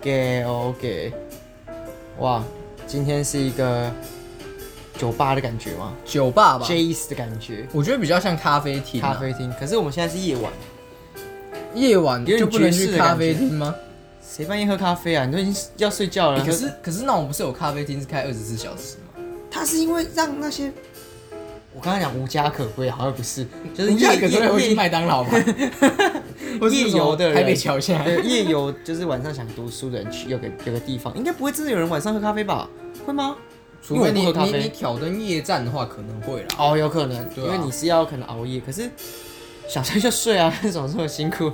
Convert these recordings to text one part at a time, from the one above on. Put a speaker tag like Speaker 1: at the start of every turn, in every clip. Speaker 1: 给哦给，哇，今天是一个酒吧的感觉吗
Speaker 2: 酒吧吧，
Speaker 1: ？Jazz 的感觉，
Speaker 2: 我觉得比较像咖啡厅、啊。
Speaker 1: 咖啡厅。可是我们现在是夜晚，
Speaker 2: 夜晚
Speaker 1: 有点
Speaker 2: 就不能
Speaker 1: 爵士
Speaker 2: 去
Speaker 1: 的感
Speaker 2: 咖啡厅吗？
Speaker 1: 谁半夜喝咖啡啊？你都已经要睡觉了。
Speaker 2: 欸可是可是那种不是有咖啡厅是开二十四小时吗？
Speaker 1: 他是因为让那些，我刚才讲无家可归，好像不是，就是
Speaker 2: 无
Speaker 1: 夜
Speaker 2: 价格都
Speaker 1: 夜
Speaker 2: 会回去
Speaker 1: 夜
Speaker 2: 麦当劳吧？或是
Speaker 1: 夜游的
Speaker 2: 什
Speaker 1: 人
Speaker 2: 么台北桥下，
Speaker 1: 对夜游，就是晚上想读书的人去有个有个地方，应该不会真的有人晚上喝咖啡吧？会吗？
Speaker 2: 除非你
Speaker 1: 因为我不喝咖
Speaker 2: 你
Speaker 1: 啡
Speaker 2: 你挑灯夜战的话，可能会啦。
Speaker 1: 哦，有可能，
Speaker 2: 对啊
Speaker 1: 因为你是要可能熬夜，可是想睡就睡啊，为什么这么辛苦？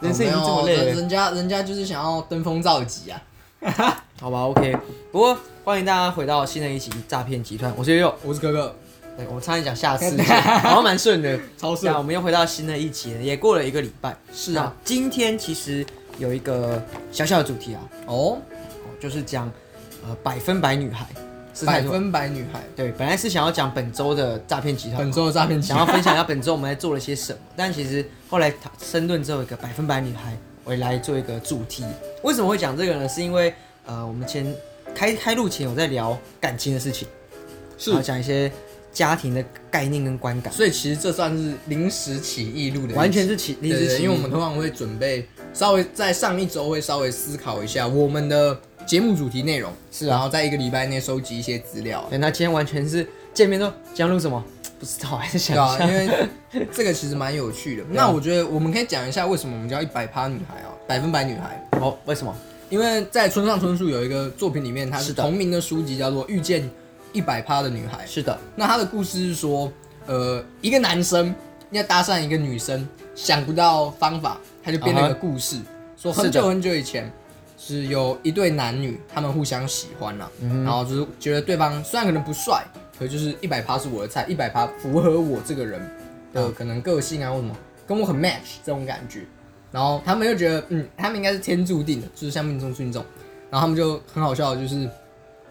Speaker 1: 人生已经这么
Speaker 2: 哦哦没
Speaker 1: 累
Speaker 2: 有
Speaker 1: 了
Speaker 2: 人，人家人家就是想要登峰造极啊！
Speaker 1: 好吧，OK。不过欢迎大家回到新的一期诈骗集团，我是悠悠。
Speaker 2: 我是哥哥，
Speaker 1: 对，哎我差点讲下 次，好像蛮顺的。
Speaker 2: 超
Speaker 1: 对
Speaker 2: 顺
Speaker 1: 啊，我们又回到新的一集了，也过了一个礼拜。
Speaker 2: 是
Speaker 1: 那
Speaker 2: 啊，
Speaker 1: 今天其实有一个小小的主题啊，
Speaker 2: 哦，
Speaker 1: 哦就是讲呃百分百女孩是太
Speaker 2: 百
Speaker 1: 多
Speaker 2: 分百女孩，
Speaker 1: 对，本来是想要讲本周的诈骗集团
Speaker 2: 本
Speaker 1: 嘛，
Speaker 2: 周的诈骗集
Speaker 1: 想要分享一下本周我们在做了些什么，但其实后来讨申论之后，一个百分百女孩，我来做一个主题。为什么会讲这个呢？是因为呃，我们前开开录前我在聊感情的事情，然后讲一些家庭的概念跟观感，
Speaker 2: 所以其实这算是临时起义录的一集，
Speaker 1: 完全是起
Speaker 2: 对
Speaker 1: 临时
Speaker 2: 对
Speaker 1: 起
Speaker 2: 对
Speaker 1: 意，
Speaker 2: 因为我们通常会准备稍微在上一周会稍微思考一下我们的节目主题内容，
Speaker 1: 是啊
Speaker 2: 然后在一个礼拜内收集一些资 料。
Speaker 1: 对，那今天完全是见面说今天录什么，不知道，还是想
Speaker 2: 对
Speaker 1: 一
Speaker 2: 啊，
Speaker 1: 下。
Speaker 2: 因为这个其实蛮有 趣的。那我觉得我们可以讲一下为什么我们叫一百趴女孩啊，百分百女孩。
Speaker 1: 哦，为什么？
Speaker 2: 因为在村上春树有一个作品里面，它
Speaker 1: 是
Speaker 2: 是
Speaker 1: 的
Speaker 2: 同名的书籍叫做《遇见一百趴的女孩》。
Speaker 1: 是的，
Speaker 2: 那他的故事是说，呃，一个男生要搭讪一个女生，想不到方法，他就编了一个故事说
Speaker 1: 是
Speaker 2: 很
Speaker 1: 的
Speaker 2: 久很久以前是有一对男女，他们互相喜欢了、
Speaker 1: 嗯
Speaker 2: 然后就是觉得对方虽然可能不帅，可就是一百趴是我的菜，一百趴符合我这个人的、
Speaker 1: 嗯
Speaker 2: 可能个性啊或什么，跟我很 match 这种感觉。然后他们就觉得，嗯，他们应该是天注定的，就是像命中注定这种。然后他们就很好笑，的就是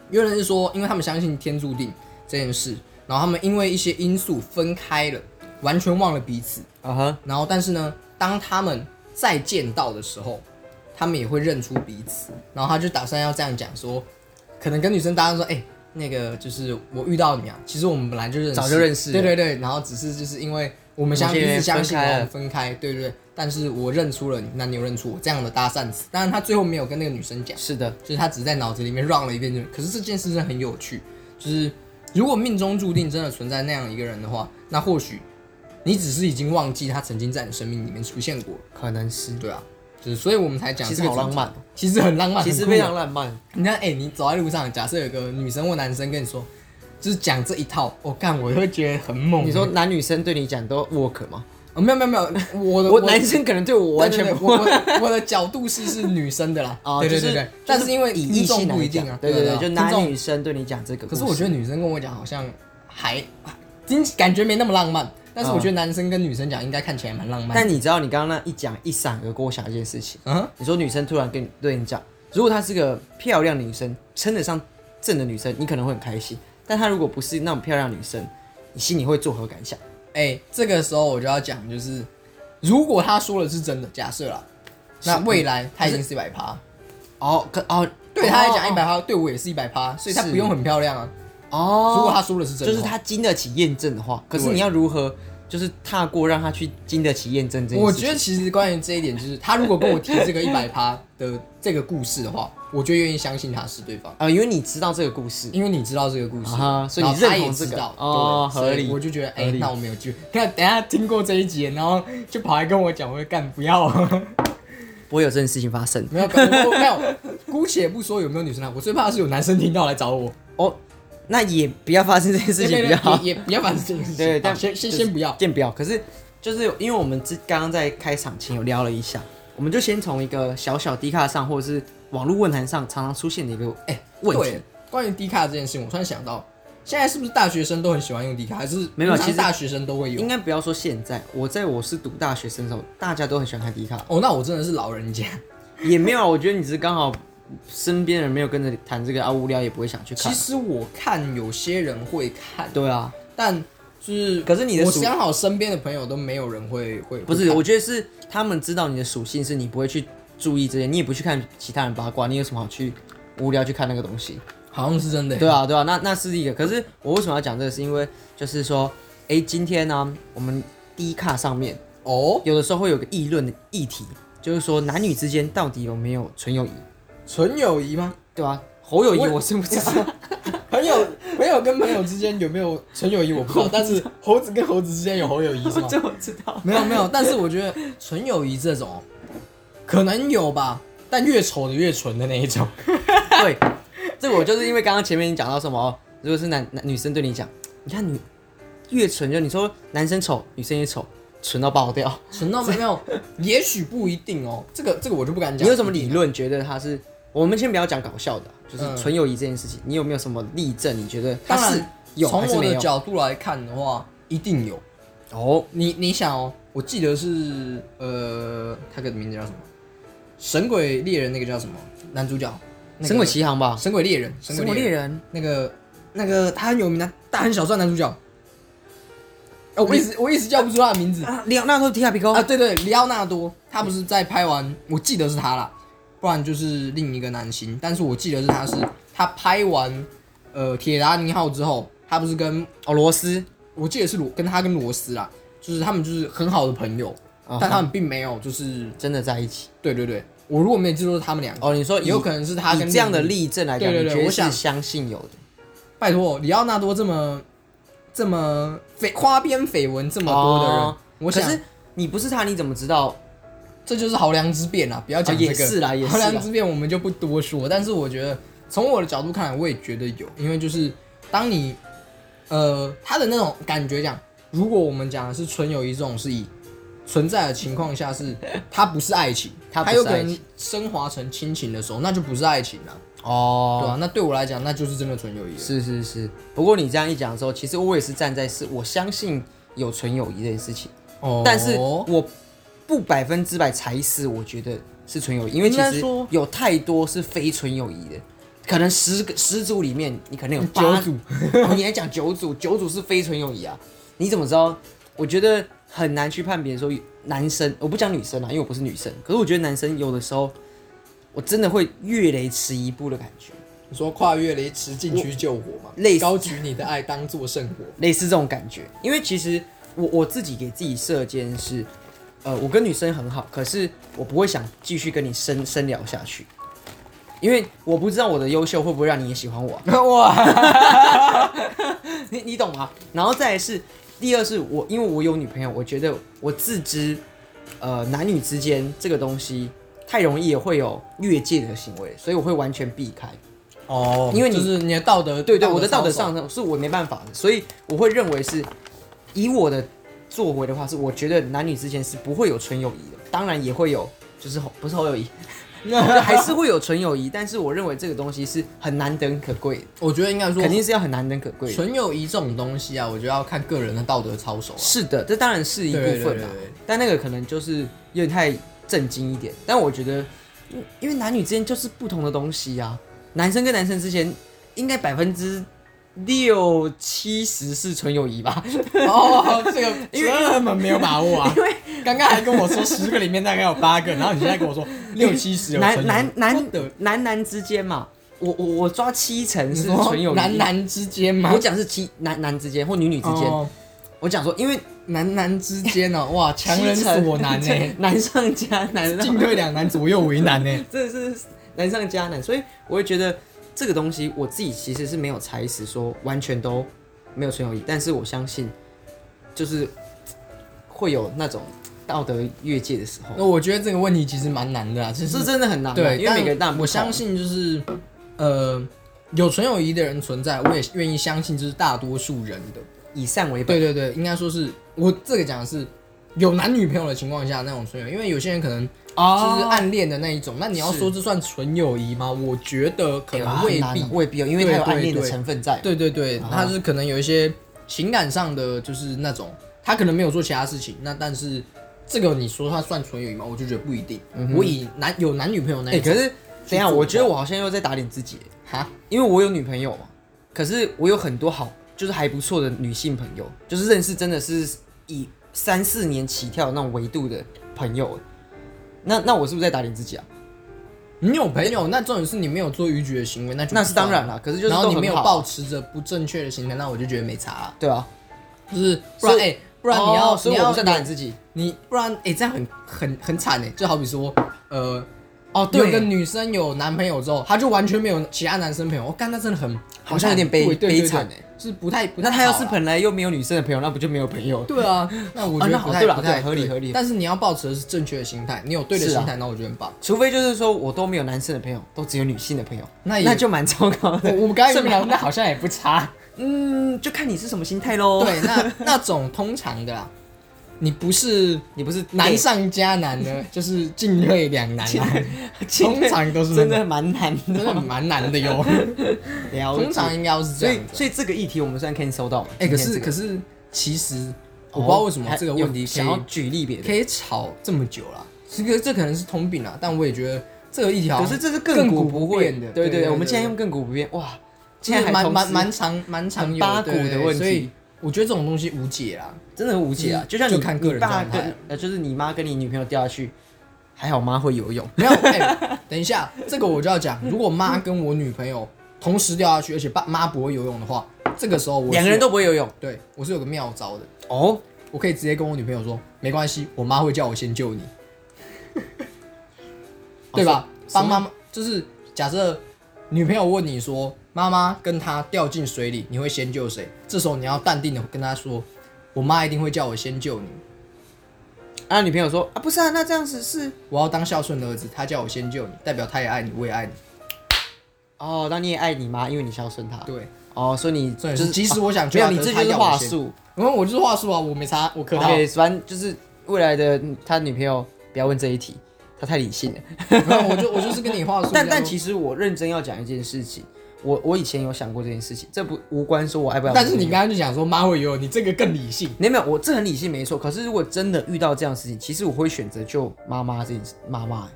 Speaker 2: 有人是说，因为他们相信天注定这件事，然后他们因为一些因素分开了，完全忘了彼此。
Speaker 1: 啊哈，
Speaker 2: 然后，但是呢，当他们再见到的时候，他们也会认出彼此。然后他就打算要这样讲说，可能跟女生搭讪说，哎、那个就是我遇到你啊，其实我们本来就认识，
Speaker 1: 早就认识了
Speaker 2: 对对对，然后只是就是因为我们
Speaker 1: 我
Speaker 2: 相
Speaker 1: 们
Speaker 2: 彼
Speaker 1: 现在
Speaker 2: 此相信，
Speaker 1: 分开了
Speaker 2: 然后我们分开，对对对。但是我认出了你，那你有认出我这样的搭讪词。当然，他最后没有跟那个女生讲。
Speaker 1: 是的，
Speaker 2: 就是他只是在脑子里面 run 了一遍就。可是这件事情很有趣，就是如果命中注定真的存在那样一个人的话，那或许你只是已经忘记他曾经在你生命里面出现过。
Speaker 1: 可能是，
Speaker 2: 对啊，就是所以我们才讲
Speaker 1: 其
Speaker 2: 这
Speaker 1: 实
Speaker 2: 个
Speaker 1: 好
Speaker 2: 主
Speaker 1: 浪
Speaker 2: 题，
Speaker 1: 漫，
Speaker 2: 其实很浪漫，
Speaker 1: 其实
Speaker 2: 很酷啊
Speaker 1: 非常。浪漫。
Speaker 2: 你看，哎、你走在路上，假设有个女生或男生跟你说，就是讲这一套，我、干，我会觉得很猛。欸
Speaker 1: 你说男女生对你讲都 work 吗？
Speaker 2: 哦，没有没 有没有，我的
Speaker 1: 我男 生可能对我完
Speaker 2: 对
Speaker 1: 全
Speaker 2: 对对
Speaker 1: 不。
Speaker 2: 我我的我的角度是是女生的啦
Speaker 1: 啊，
Speaker 2: 对对
Speaker 1: 就
Speaker 2: 对
Speaker 1: 是
Speaker 2: 对，但是因为
Speaker 1: 以异
Speaker 2: 听众
Speaker 1: 性来
Speaker 2: 不一
Speaker 1: 讲
Speaker 2: 定啊，
Speaker 1: 对对对，就
Speaker 2: 听
Speaker 1: 男
Speaker 2: 众
Speaker 1: 女生对你讲这个故
Speaker 2: 可
Speaker 1: 事，
Speaker 2: 是我觉得女生跟我讲好像还听感觉没那么浪漫，但是我觉得男生跟女生讲应该看起来蛮浪漫。
Speaker 1: 但你知道你刚刚那一讲一闪而过，我想一件事情，
Speaker 2: 嗯，
Speaker 1: 你说女生突然跟你对你讲，如果她是个漂亮女生，称得上正的女生，你可能会很开心，但她如果不是那种漂亮女生，你心里会作何感想？
Speaker 2: 哎、这个时候我就要讲，就是如果他说的是真的，假设啦，
Speaker 1: 是
Speaker 2: 那未来他已经是一百趴，
Speaker 1: 哦，可哦，
Speaker 2: 对他来讲
Speaker 1: 哦
Speaker 2: 一百趴，对我也是一百趴，所以他
Speaker 1: 是
Speaker 2: 不用很漂亮啊。
Speaker 1: 哦，
Speaker 2: 如果他说的是真
Speaker 1: 就
Speaker 2: 的，
Speaker 1: 是，他经得起验证的话，可是
Speaker 2: 对
Speaker 1: 你要如何就是踏过让他去经得起验证这件事情？
Speaker 2: 我觉得其实关于这一点，就是他如果跟我提这个一百趴的这个故事的话，我就愿意相信他是对方。
Speaker 1: 呃，因为你知道这个故事，
Speaker 2: 因为你知道这个故事，
Speaker 1: 啊哈所以你
Speaker 2: 然后他
Speaker 1: 认同
Speaker 2: 也
Speaker 1: 这个
Speaker 2: 知道
Speaker 1: 哦
Speaker 2: 对所以
Speaker 1: 合理
Speaker 2: 我就觉得，哎、
Speaker 1: 合理
Speaker 2: 那我没有机会。看，等一下听过这一集，然后就跑来跟我讲，我会干不 要，
Speaker 1: 不会有这件事情发生。
Speaker 2: 没有，我没有。姑且不说有没有女生来，我最怕的是有男生听到来找 我，
Speaker 1: 哦，那也不要发生这件事情比较好。
Speaker 2: 也也 不要反正这个事情，
Speaker 1: 对，
Speaker 2: 好
Speaker 1: 但
Speaker 2: 先先
Speaker 1: 就是
Speaker 2: 先不要。
Speaker 1: 先不要。可是就是因为我们之刚刚在开场前有聊了一下，我们就先从一个小小低卡上或者是网络论坛上常常出现的一个哎问题
Speaker 2: 对，，关于低卡这件事情，我突然想到，现在是不是大学生都很喜欢用低卡，还是
Speaker 1: 没有啊
Speaker 2: 平常
Speaker 1: 其实
Speaker 2: 大学生都会
Speaker 1: 应
Speaker 2: 用？
Speaker 1: 该不要说现在，我在我是读大学生的时候，大家都很喜欢看低卡，
Speaker 2: 哦，那我真的是老人家。
Speaker 1: 也没有啊。我觉得你只是刚好身边人没有跟着谈这个啊，无聊也不会想去
Speaker 2: 其
Speaker 1: 看。
Speaker 2: 实我看有些人会看，
Speaker 1: 对啊，
Speaker 2: 但就是，
Speaker 1: 可是你的
Speaker 2: 我
Speaker 1: 属
Speaker 2: 刚好身边的朋友都没有人会会
Speaker 1: 不
Speaker 2: 会
Speaker 1: 是，
Speaker 2: 看
Speaker 1: 我觉得是他们知道你的属性，是你不会去注意这些，你也不去看其他人八卦，你有什么好去无聊去看那个东西？
Speaker 2: 好像是真的耶。
Speaker 1: 对啊，对啊，那那是一个。可是我为什么要讲这个？是因为就是说，哎，今天呢、我们低卡上面
Speaker 2: 哦，
Speaker 1: 有的时候会有个议论的议题，就是说男女之间到底有没有纯友谊，
Speaker 2: 纯友谊吗？
Speaker 1: 对吧、侯友谊
Speaker 2: 我
Speaker 1: 我是不知道，
Speaker 2: 朋友，朋友跟朋友之间有没有纯友谊我不知道，但是猴子跟猴子之间有猴友谊是 吗？
Speaker 1: 这 我知道。
Speaker 2: 没有没有，但是我觉得纯友谊这种可能有吧，但越丑的越纯的那 一种。
Speaker 1: 对，这我就是因为刚刚前面你讲到什么，哦如果是男男女生对你讲，你看女越蠢，就你说男生丑，女生也丑，蠢到爆掉。
Speaker 2: 纯到没有，也许不一定哦。这个这个我就不敢
Speaker 1: 你
Speaker 2: 讲。
Speaker 1: 有什么理论觉得他是？我们先不要讲搞笑的，啊就是
Speaker 2: 嗯
Speaker 1: 纯友谊这件事情，你有没有什么例证？你觉得他
Speaker 2: 当
Speaker 1: 是
Speaker 2: 然，
Speaker 1: 有
Speaker 2: 从
Speaker 1: 还是
Speaker 2: 我
Speaker 1: 没
Speaker 2: 的
Speaker 1: 有？
Speaker 2: 角度来看的话，一定有。
Speaker 1: 哦，
Speaker 2: 你你想哦，我记得是呃，他个名字叫什么？神鬼猎人那个叫什么男主角？那个
Speaker 1: 神鬼奇航吧，
Speaker 2: 神鬼猎人，神鬼猎人
Speaker 1: 人，
Speaker 2: 那个那个他很有名的《大亨小传》男主角。哦，我一直我一直叫不出他的名字
Speaker 1: 啊里奥纳多·迪卡皮
Speaker 2: 啊！
Speaker 1: 高，
Speaker 2: 对对，里奥纳多，他不是在拍完，我记得是他啦，不然就是另一个男星，但是我记得是他是他拍完呃《铁达尼号》之后，他不是跟
Speaker 1: 哦，罗斯，
Speaker 2: 我记得是罗跟他跟罗斯啦，就是他们就是很好的朋友，
Speaker 1: 哦
Speaker 2: 但他们并没有就是
Speaker 1: 真的在一起。
Speaker 2: 对对对，我如果没记错，是他们两个，
Speaker 1: 哦，你说以
Speaker 2: 有可能是他
Speaker 1: 以
Speaker 2: 跟
Speaker 1: 这样的
Speaker 2: 另一个，
Speaker 1: 例证来讲，
Speaker 2: 对对
Speaker 1: 你
Speaker 2: 对
Speaker 1: 觉得
Speaker 2: 我
Speaker 1: 是
Speaker 2: 想
Speaker 1: 相信有的？
Speaker 2: 拜托，里奥纳多这么这么绯花边绯闻这么多的人，
Speaker 1: 哦
Speaker 2: 我
Speaker 1: 可
Speaker 2: 想
Speaker 1: 是你不是他，你怎么知道
Speaker 2: 这就是豪良之辩啦，不要讲
Speaker 1: 啊
Speaker 2: 这个、
Speaker 1: 也是啦也是啦
Speaker 2: 豪良之辩我们就不多说，但是我觉得从我的角度看来，我也觉得有，因为就是当你呃他的那种感觉讲，如果我们讲的是纯友谊这种是以存在的情况下是，它不是 爱情，
Speaker 1: 它不是
Speaker 2: 有可
Speaker 1: 爱
Speaker 2: 能
Speaker 1: 情
Speaker 2: 升华成亲情的时候，那就不是爱情了，
Speaker 1: 哦
Speaker 2: 对啊，那对我来讲，那就是真的纯友谊了。
Speaker 1: 是是是，不过你这样一讲的时候，其实我也是站在是我相信有纯友谊这件事情，
Speaker 2: 哦
Speaker 1: 但是我不百分之百踩死，我觉得是纯友谊，因为其
Speaker 2: 应该
Speaker 1: 实
Speaker 2: 说
Speaker 1: 有太多是非纯友谊的，可能十个十组里面你可能有八
Speaker 2: 九组，
Speaker 1: 哦你还讲九组，九组是非纯友谊啊？你怎么知道？我觉得很难去判别说男生，我不讲女生啊，因为我不是女生，可是我觉得男生有的时候，我真的会越雷池一步的感觉。
Speaker 2: 你说跨越雷池进去救火嘛，
Speaker 1: 类似
Speaker 2: 高举你的爱当做圣火。
Speaker 1: 类似这种感觉。因为其实我我自己给自己设计是，呃，我跟女生很好，可是我不会想继续跟你深深聊下去，因为我不知道我的优秀会不会让你也喜欢我啊、
Speaker 2: 哇，
Speaker 1: 你你懂吗？然后再来是第二是我，因为我有女朋友，我觉得我自知，呃，男女之间这个东西太容易也会有越界的行为，所以我会完全避开。
Speaker 2: 哦
Speaker 1: 因为你
Speaker 2: 就是你的道德，
Speaker 1: 对对，我的道德
Speaker 2: 操守
Speaker 1: 上是我没办法的，所以我会认为是以我的作为的话，是我觉得男女之间是不会有纯友谊的，当然也会有，就是侯不是侯友谊， 就还是会有纯友谊，但是我认为这个东西是很难能可贵的，
Speaker 2: 我觉得应该说
Speaker 1: 肯定是要很难能可贵的。
Speaker 2: 纯友谊这种东西啊，我觉得要看个人的道德操守啊。
Speaker 1: 是的，这当然是一部
Speaker 2: 对对
Speaker 1: 分啊
Speaker 2: 对对对，
Speaker 1: 但那个可能就是有点太震惊一点，但我觉得，嗯因为男女之间就是不同的东西啊，男生跟男生之间应该百分之。六七十是纯友谊吧？
Speaker 2: 哦，这 个
Speaker 1: 因为
Speaker 2: 这么没有把握啊！因为 刚刚还跟我说十个里面大概有八个，然后你现在跟我说六七十有
Speaker 1: 男
Speaker 2: 纯友谊
Speaker 1: 男男
Speaker 2: 我的
Speaker 1: 男男之间嘛，我我我抓七成
Speaker 2: 你
Speaker 1: 是
Speaker 2: 说
Speaker 1: 纯友谊，
Speaker 2: 男男之间吗？
Speaker 1: 我讲是七男男之间或女女之间，
Speaker 2: 哦
Speaker 1: 我讲说因为
Speaker 2: 男男之间 哦，哇，强人
Speaker 1: 七成
Speaker 2: 所 难
Speaker 1: 对
Speaker 2: 呢，
Speaker 1: 难欸上加难，让
Speaker 2: 进退两难，左右为难欸呢。
Speaker 1: 真的是难上加难，所以我会觉得这个东西我自己其实是没有踩死说完全都没有纯友谊，但是我相信就是会有那种道德越界的时候，
Speaker 2: 那我觉得这个问题其实蛮难的啊，其实
Speaker 1: 这真的很难啊，
Speaker 2: 对，
Speaker 1: 因为每个人大
Speaker 2: 但我相信就是，呃，有纯友谊的人存在，我也愿意相信，就是大多数人的。
Speaker 1: 以善为本，
Speaker 2: 对对对，应该说是我这个讲的是有男女朋友的情况下那种纯友谊，因为有些人可能就是暗恋的那一种。那你要
Speaker 1: 哦是
Speaker 2: 说这算纯友谊吗？我觉得可
Speaker 1: 对吧
Speaker 2: 能
Speaker 1: 很
Speaker 2: 未
Speaker 1: 难啊
Speaker 2: 必
Speaker 1: 啊。未必有，因为它有
Speaker 2: 对对
Speaker 1: 暗恋的
Speaker 2: 对
Speaker 1: 成分在嘛。
Speaker 2: 对对对，他是可能有一些情感上的，就是那种他可能没有做其他事情，那但是这个你说他算纯友谊吗？我就觉得不一定。我以男有男女朋友那
Speaker 1: 哎、
Speaker 2: 一
Speaker 1: 嗯
Speaker 2: 种
Speaker 1: 可是
Speaker 2: 去
Speaker 1: 等一下，
Speaker 2: 做
Speaker 1: 我觉得我好像又在打脸自己，欸
Speaker 2: 哈。
Speaker 1: 因为我有女朋友嘛，可是我有很多好，就是还不错的女性朋友，就是认识真的是以三四年起跳那种维度的朋友。欸那那我是不是在打脸自己啊？
Speaker 2: 你有朋友，那重点是你没有做逾矩的行为，那就
Speaker 1: 那是当然
Speaker 2: 了。
Speaker 1: 啦，可是就是
Speaker 2: 然后
Speaker 1: 都
Speaker 2: 你
Speaker 1: 很
Speaker 2: 没有
Speaker 1: 好啊
Speaker 2: 保持着不正确的心态，那我就觉得没差了。
Speaker 1: 对啊，
Speaker 2: 就是不然
Speaker 1: 所以
Speaker 2: 哎、不然你要、
Speaker 1: 哦所以
Speaker 2: 你
Speaker 1: 我
Speaker 2: 要
Speaker 1: 不是在打脸自己。
Speaker 2: 你不然哎、这样很很很惨哎、就好比说呃，
Speaker 1: 哦
Speaker 2: 有个女生有男朋友之后，她就完全没有其他男生朋友，我、哦干那真的很
Speaker 1: 好像有点悲
Speaker 2: 对对对
Speaker 1: 悲惨哎
Speaker 2: 是不太不太
Speaker 1: 那他要是
Speaker 2: 好啦
Speaker 1: 本来又没有女生的朋友，那不就没有朋友？
Speaker 2: 对啊，那我
Speaker 1: 啊那
Speaker 2: 觉得
Speaker 1: 好
Speaker 2: 不太、
Speaker 1: 对啦
Speaker 2: 不太
Speaker 1: 对合理合理
Speaker 2: 但是你要保持的是正确的心态，你有对的
Speaker 1: 是啊
Speaker 2: 心态，那我觉得很棒。
Speaker 1: 除非就是说我都没有男生的朋友，都只有女性的朋友，
Speaker 2: 那也
Speaker 1: 那就蛮糟糕
Speaker 2: 我
Speaker 1: 的。
Speaker 2: 我们刚才
Speaker 1: 是
Speaker 2: 聊，
Speaker 1: 吗
Speaker 2: 那好像也不差。
Speaker 1: 嗯，就看你是什么心态喽。
Speaker 2: 对，， 那那种通常的啦，你不是
Speaker 1: 你不是
Speaker 2: 难上加 难的，就是进退两难啊。通常都是
Speaker 1: 真的蛮难
Speaker 2: 真的
Speaker 1: 的。
Speaker 2: 蛮难 的哟。
Speaker 1: 了解
Speaker 2: 通常应该是这
Speaker 1: 所以
Speaker 2: 样子。啊
Speaker 1: 所以这个议题我们算 can 收到嘛。
Speaker 2: 哎、可
Speaker 1: 今天这
Speaker 2: 是
Speaker 1: 个哦
Speaker 2: 可是，其实我不知道为什么
Speaker 1: 还
Speaker 2: 这个问题
Speaker 1: 有
Speaker 2: 可
Speaker 1: 想要
Speaker 2: 以
Speaker 1: 举例别的
Speaker 2: 可，以吵这么久了。这个这可能是通病啊，但我也觉得这个议题好
Speaker 1: 可
Speaker 2: 像
Speaker 1: 是这是哦亘
Speaker 2: 亘
Speaker 1: 古
Speaker 2: 古
Speaker 1: 不
Speaker 2: 不
Speaker 1: 变
Speaker 2: 变的
Speaker 1: 的。对对
Speaker 2: 对
Speaker 1: 对，
Speaker 2: 对
Speaker 1: 我们
Speaker 2: 对
Speaker 1: 现在用亘古不变，哇，
Speaker 2: 就
Speaker 1: 现在
Speaker 2: 是
Speaker 1: 还
Speaker 2: 蛮
Speaker 1: 同
Speaker 2: 蛮
Speaker 1: 时
Speaker 2: 蛮长蛮长有
Speaker 1: 八股
Speaker 2: 对对
Speaker 1: 的
Speaker 2: 对
Speaker 1: 问题
Speaker 2: 所以我觉得这种东西无解啦。
Speaker 1: 真的很无解啊！
Speaker 2: 嗯
Speaker 1: 就像你
Speaker 2: 就看个人
Speaker 1: 你爸
Speaker 2: 状态
Speaker 1: 跟呃，就是你妈跟你女朋友掉下去，还好妈会游泳。
Speaker 2: 没有，哎、等一下，这个我就要讲，如果妈跟我女朋友同时掉下去，而且爸妈不会游泳的话，这个时候我是
Speaker 1: 两个人都不会游泳
Speaker 2: 对我是有个妙招的，
Speaker 1: 哦，
Speaker 2: 我可以直接跟我女朋友说，没关系，我妈会叫我先 救你，对吧？
Speaker 1: 哦是
Speaker 2: 帮妈妈就是假设女朋友问你说，妈妈跟她掉进水里，你会先救谁？这时候你要淡定的跟她说，我妈一定会叫我先救你，
Speaker 1: 啊，女朋友说啊，不是啊，那这样子是
Speaker 2: 我要当孝顺的儿子，她叫我先救你，代表她也爱你，我也爱你，
Speaker 1: 哦，那你也爱你妈，因为你孝顺她。
Speaker 2: 对。
Speaker 1: 哦，所以你
Speaker 2: 所
Speaker 1: 就
Speaker 2: 以
Speaker 1: 是啊
Speaker 2: 是即使我想
Speaker 1: 没
Speaker 2: 救
Speaker 1: 有，
Speaker 2: 他，
Speaker 1: 你
Speaker 2: 可
Speaker 1: 这
Speaker 2: 是
Speaker 1: 就
Speaker 2: 他
Speaker 1: 是
Speaker 2: 要
Speaker 1: 话
Speaker 2: 我先。
Speaker 1: 术。
Speaker 2: 然后我就是话术啊，我没差，我可好？
Speaker 1: OK，反正就是未来的嗯他女朋友不要问这一题，他太理性了。
Speaker 2: 然后我就我就是跟你哦话术一样。
Speaker 1: 但但
Speaker 2: 我
Speaker 1: 其实我认真要讲一件事情，我我以前有想过这件事情，这不无关说我爱不爱我女朋友。
Speaker 2: 但是你刚刚就讲说妈会游泳，你这个更理性。
Speaker 1: 没有没有，我这很理性没错。可是如果真的遇到这样的事情，其实我会选择救妈妈这件事。妈妈、欸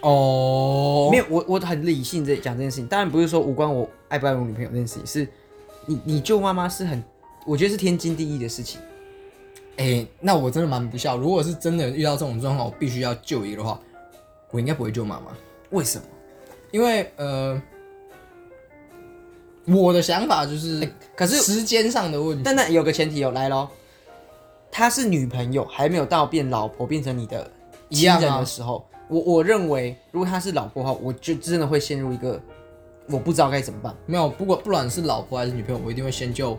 Speaker 2: 哦
Speaker 1: 没有，我我很理性在讲这件事情。当然不是说无关我爱不爱我女朋友这件事情，是你你救妈妈是很，我觉得是天经地义的事情。
Speaker 2: 哎、那我真的蛮不孝。如果是真的遇到这种状况，我必须要救一个的话，我应该不会救妈妈，
Speaker 1: 为什么？
Speaker 2: 因为呃，我的想法就是，
Speaker 1: 可是
Speaker 2: 时间上的问题。
Speaker 1: 但那有个前提哦，来咯，她是女朋友，还没有到变老婆变成你的
Speaker 2: 一样啊
Speaker 1: 亲人的时候，我我认为如果她是老婆的话，我就真的会陷入一个我不知道该怎么办。
Speaker 2: 没有，不管不管是老婆还是女朋友，我一定会先救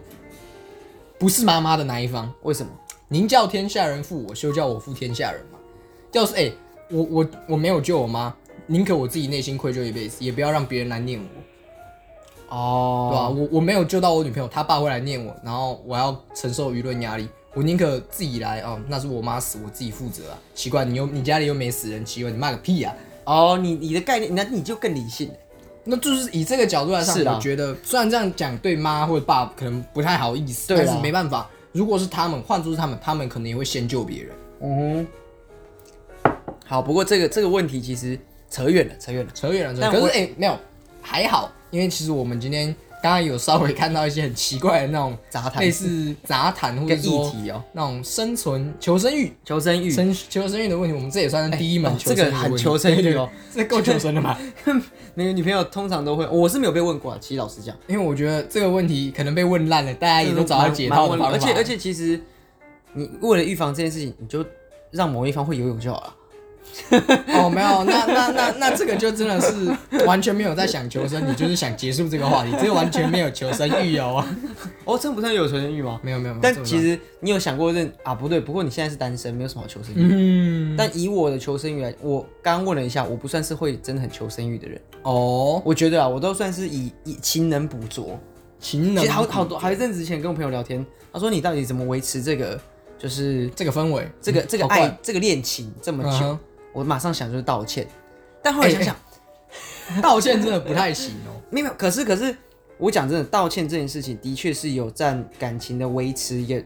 Speaker 2: 不是妈妈的那一方。
Speaker 1: 为什么？
Speaker 2: 宁叫天下人负我，休叫我负天下人嘛。要是哎、我我我没有救我妈，宁可我自己内心愧疚一辈子，也不要让别人来念我，对吧、
Speaker 1: 哦，
Speaker 2: 我我没有救到我女朋友，她爸会来念我，然后我要承受舆论压力，我宁可自己来哦，那是我妈死，我自己负责啊。奇怪，你又你家里又没死人，奇怪，你骂个屁啊！
Speaker 1: 哦，你你的概念，那你就更理性了。
Speaker 2: 那就是以这个角度来上，
Speaker 1: 是啦
Speaker 2: 我觉得虽然这样讲对妈或者爸可能不太好意思，
Speaker 1: 对啦
Speaker 2: 但是没办法，如果是他们，换作是他们，他们可能也会先救别人。
Speaker 1: 嗯哼，好，不过这个这个问题其实扯远了，扯远了。
Speaker 2: 扯远了，扯
Speaker 1: 但
Speaker 2: 远了。可
Speaker 1: 我
Speaker 2: 是哎、欸没有，还好，因为其实我们今天刚刚有稍微看到一些很奇怪的那种
Speaker 1: 杂谈
Speaker 2: 类似杂谈或者
Speaker 1: 跟
Speaker 2: 说
Speaker 1: 议题哦，
Speaker 2: 那种生存求生欲、
Speaker 1: 求生欲，
Speaker 2: 生求生欲的问题，我们这也算是第一门
Speaker 1: 哦
Speaker 2: 求
Speaker 1: 这
Speaker 2: 生
Speaker 1: 个
Speaker 2: 欲的
Speaker 1: 很
Speaker 2: 问题
Speaker 1: 求生欲哦。
Speaker 2: 这够求生了吧？
Speaker 1: 那个女朋友通常都会，我是没有被问过啊。其实老实讲，
Speaker 2: 因为我觉得这个问题可能被问烂了，大家也都找到解套的
Speaker 1: 蛮蛮
Speaker 2: 方法。
Speaker 1: 而且而且其实你为了预防这件事情，你就让某一方会游泳就好了。
Speaker 2: 哦，没有，那那那那这个就真的是完全没有在想求生，你就是想结束这个话题，这个完全没有求生欲哦。
Speaker 1: 哦，这样不算有求生欲吗？
Speaker 2: 没有没有，没 有这
Speaker 1: 但
Speaker 2: 么
Speaker 1: 其实你有想过认啊？不对，不过你现在是单身，没有什么好求生欲。
Speaker 2: 嗯
Speaker 1: 但以我的求生欲来，我刚问了一下，我不算是会真的很求生欲的人。
Speaker 2: 哦，
Speaker 1: 我觉得啊，我都算是以以勤能补拙。
Speaker 2: 情
Speaker 1: 其
Speaker 2: 人
Speaker 1: 实好好多，还有一阵子前跟我朋友聊天，他说你到底怎么维持这个，就是
Speaker 2: 这个氛围，
Speaker 1: 这个这个
Speaker 2: 好怪
Speaker 1: 爱这个恋情这么久？
Speaker 2: 嗯哼
Speaker 1: 我马上想就是道歉，但后来想想，嗯
Speaker 2: 道歉真的不太行哦。
Speaker 1: 没有没有，可是可是我讲真的，道歉这件事情的确是有占感情的维持一个